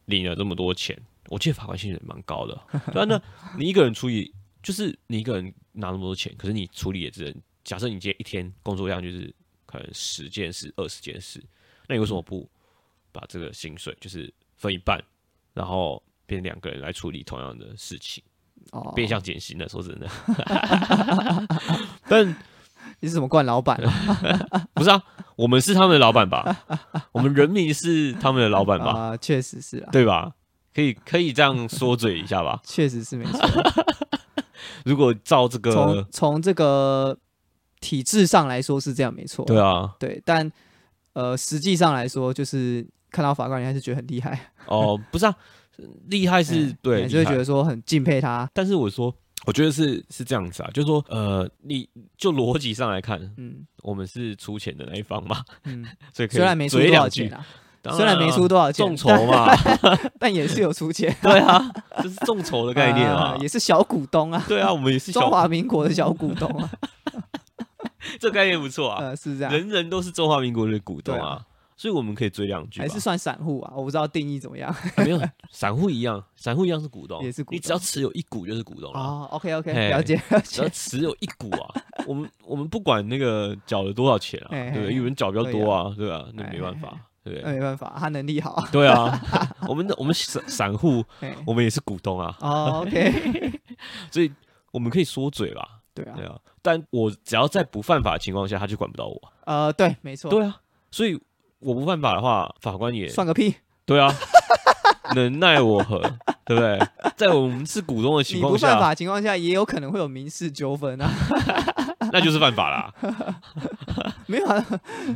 [SPEAKER 1] 领了这么多钱，我记得法官薪水蛮高的，对啊，那你一个人处理，就是你一个人拿那么多钱，可是你处理也只能，假设你今天一天工作量就是可能十件事、二十件事，那你为什
[SPEAKER 2] 嗯
[SPEAKER 1] 么不把这个薪水就是分一半，然后变两个人来处理同样的事情，
[SPEAKER 2] 哦，
[SPEAKER 1] 变相减薪了？说真的， 但
[SPEAKER 2] 你是什么惯老板啊？
[SPEAKER 1] 不是啊，我们是他们的老板吧？我们人民是他们的老板吧？
[SPEAKER 2] 啊，确实是啊，
[SPEAKER 1] 对吧？可以可以这样说嘴一下吧？
[SPEAKER 2] 确实是没错。
[SPEAKER 1] 如果照这
[SPEAKER 2] 从
[SPEAKER 1] 个，
[SPEAKER 2] 从这个体制上来说是这样没错，
[SPEAKER 1] 对啊，
[SPEAKER 2] 对，但呃实际上来说，就是看到法官你还是觉得很厉害，
[SPEAKER 1] 哦，不是啊，厉害是、
[SPEAKER 2] 嗯你
[SPEAKER 1] 对，
[SPEAKER 2] 还是会
[SPEAKER 1] 厉害
[SPEAKER 2] 觉得说很敬佩他，
[SPEAKER 1] 但是我说，我觉得是是这样子啊，就是说，呃，你就逻辑上来看，
[SPEAKER 2] 嗯
[SPEAKER 1] 我们是出钱的那一方嘛，
[SPEAKER 2] 嗯，
[SPEAKER 1] 所以可以
[SPEAKER 2] 虽然没出
[SPEAKER 1] 嘴
[SPEAKER 2] 多少
[SPEAKER 1] 两句
[SPEAKER 2] 钱，啊，
[SPEAKER 1] 当
[SPEAKER 2] 虽然
[SPEAKER 1] 啊
[SPEAKER 2] 没出多少钱，
[SPEAKER 1] 众筹嘛，
[SPEAKER 2] 但但也是有出钱
[SPEAKER 1] 对啊，这是众筹 的概念
[SPEAKER 2] 啊
[SPEAKER 1] 啊，
[SPEAKER 2] 也是小股东啊，
[SPEAKER 1] 对啊，我们也是
[SPEAKER 2] 中
[SPEAKER 1] 小，
[SPEAKER 2] 华民国的小股东 啊，
[SPEAKER 1] 这概念不错啊，
[SPEAKER 2] 呃是这样，
[SPEAKER 1] 人人都是中华民国的股东
[SPEAKER 2] 对
[SPEAKER 1] 啊
[SPEAKER 2] 啊，
[SPEAKER 1] 所以我们可以追两句吧
[SPEAKER 2] 还是算散户啊，我不知道定义怎么 样。
[SPEAKER 1] 啊没有散户一样，散户一样是股东，
[SPEAKER 2] 也是股
[SPEAKER 1] 你只要
[SPEAKER 2] 东
[SPEAKER 1] 持有一股就是股东了。
[SPEAKER 2] 哦，OK OK，
[SPEAKER 1] 嘿
[SPEAKER 2] 了解了
[SPEAKER 1] 只要
[SPEAKER 2] 解，
[SPEAKER 1] 持有一股啊，我们我们不管那个缴了多少钱啊，
[SPEAKER 2] 嘿嘿
[SPEAKER 1] 对不对？
[SPEAKER 2] 嘿
[SPEAKER 1] 有人缴比较
[SPEAKER 2] 哎对哎
[SPEAKER 1] 多啊，对吧？那
[SPEAKER 2] 嘿
[SPEAKER 1] 没
[SPEAKER 2] 嘿
[SPEAKER 1] 办
[SPEAKER 2] 嘿
[SPEAKER 1] 法，对不对？
[SPEAKER 2] 那呃没办法，他能力好啊。
[SPEAKER 1] 对啊，我们的我们散散户，
[SPEAKER 2] 嘿
[SPEAKER 1] 我们也是股东啊，
[SPEAKER 2] 哦，OK，
[SPEAKER 1] 所以我们可以说嘴吧，
[SPEAKER 2] 对啊
[SPEAKER 1] 对，啊。但我只要在不犯法的情况下，他就管不到我，
[SPEAKER 2] 呃，对，没错，
[SPEAKER 1] 对啊。所以我不犯法的话，法官也
[SPEAKER 2] 算个屁，
[SPEAKER 1] 对啊，能奈我何，对不对？在我们是股东的情
[SPEAKER 2] 你不
[SPEAKER 1] 况
[SPEAKER 2] 犯
[SPEAKER 1] 下，
[SPEAKER 2] 法情况下，也有可能会有民事纠 纷啊，
[SPEAKER 1] 那就是犯法啦。
[SPEAKER 2] 没有啊，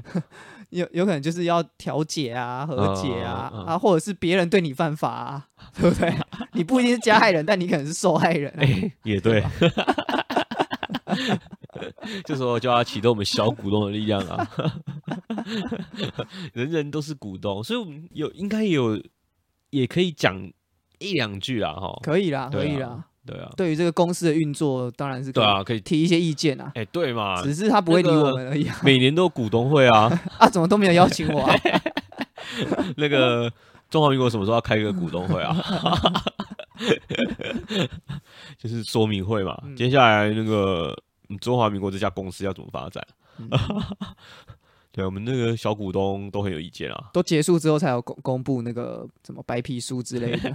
[SPEAKER 2] 有有可能就是要调解啊、和解啊
[SPEAKER 1] 嗯嗯嗯
[SPEAKER 2] 啊，或者是别人对你犯 法啊，对不对？你不一定是加害人，但你可能是受害人啊。
[SPEAKER 1] 哎嗯也对，这时候就要启动我们小股东的力量啊！人人都是股东，所以我们有应该也有也可以讲一两句啦，哈，
[SPEAKER 2] 可以啦，可
[SPEAKER 1] 对
[SPEAKER 2] 以
[SPEAKER 1] 啊
[SPEAKER 2] 啦。
[SPEAKER 1] 对啊，
[SPEAKER 2] 对于这个公司的运作，当然是可
[SPEAKER 1] 对
[SPEAKER 2] 以
[SPEAKER 1] 啊，可以，
[SPEAKER 2] 提一些意见啊，
[SPEAKER 1] 哎，对嘛，
[SPEAKER 2] 只是他不会理
[SPEAKER 1] 那个
[SPEAKER 2] 我们而已啊。
[SPEAKER 1] 每年都有股东会啊，
[SPEAKER 2] 啊，怎么都没有邀请我啊？
[SPEAKER 1] 那个中华民国什么时候要开一个股东会啊？ 就是说明会嘛，
[SPEAKER 2] 嗯
[SPEAKER 1] 接下来那个嗯中华民国这家公司要怎么发展？
[SPEAKER 2] 嗯
[SPEAKER 1] 对我们那个小股东都很有意见啊。
[SPEAKER 2] 都结束之后才有公公布那个什么白皮书之类的。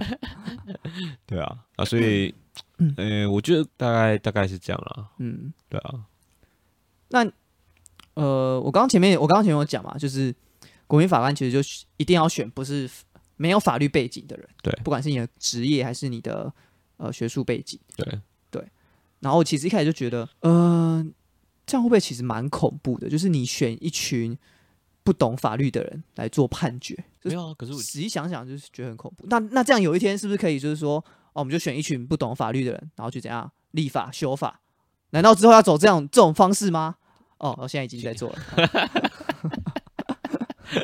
[SPEAKER 1] 对啊，啊，所以，
[SPEAKER 2] 嗯
[SPEAKER 1] 呃，我觉得大概大概是这样啦。
[SPEAKER 2] 嗯，
[SPEAKER 1] 对啊，
[SPEAKER 2] 呃，我刚刚前面我刚刚前面有讲嘛，就是国民法官其实就选一定要选不是没有法律背景的人，
[SPEAKER 1] 对
[SPEAKER 2] 不管是你的职业还是你的呃学术背景。
[SPEAKER 1] 对，
[SPEAKER 2] 然后我其实一开始就觉得，呃，这样会不会其实蛮恐怖的？就是你选一群不懂法律的人来做判决，就
[SPEAKER 1] 没
[SPEAKER 2] 是
[SPEAKER 1] 有啊。可是我
[SPEAKER 2] 仔细想想就是觉得很恐怖。那那这样有一天是不是可以就是说，哦，我们就选一群不懂法律的人，然后去怎样立法修法？难道之后要走这样这种方式吗？哦，我现在已经在做了。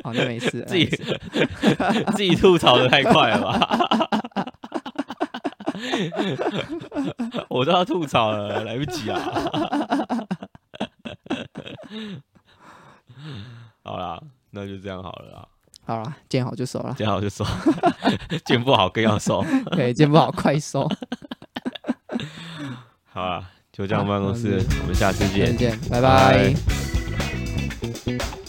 [SPEAKER 2] 哦，那没事，那
[SPEAKER 1] 自己
[SPEAKER 2] 没事
[SPEAKER 1] 自己吐槽的太快了吧？ 我都要吐槽了，来不及啊！好啦，那就这样好了啊啦，
[SPEAKER 2] 好啦，见好就收啦，
[SPEAKER 1] 这样我就收， 见不好更要收。
[SPEAKER 2] 对，见不好 快收，
[SPEAKER 1] 好啦，就这样，
[SPEAKER 2] 好
[SPEAKER 1] 办公室
[SPEAKER 2] 那就，
[SPEAKER 1] 我们下次
[SPEAKER 2] 再
[SPEAKER 1] 见。
[SPEAKER 2] 见，拜
[SPEAKER 1] 拜
[SPEAKER 2] 拜。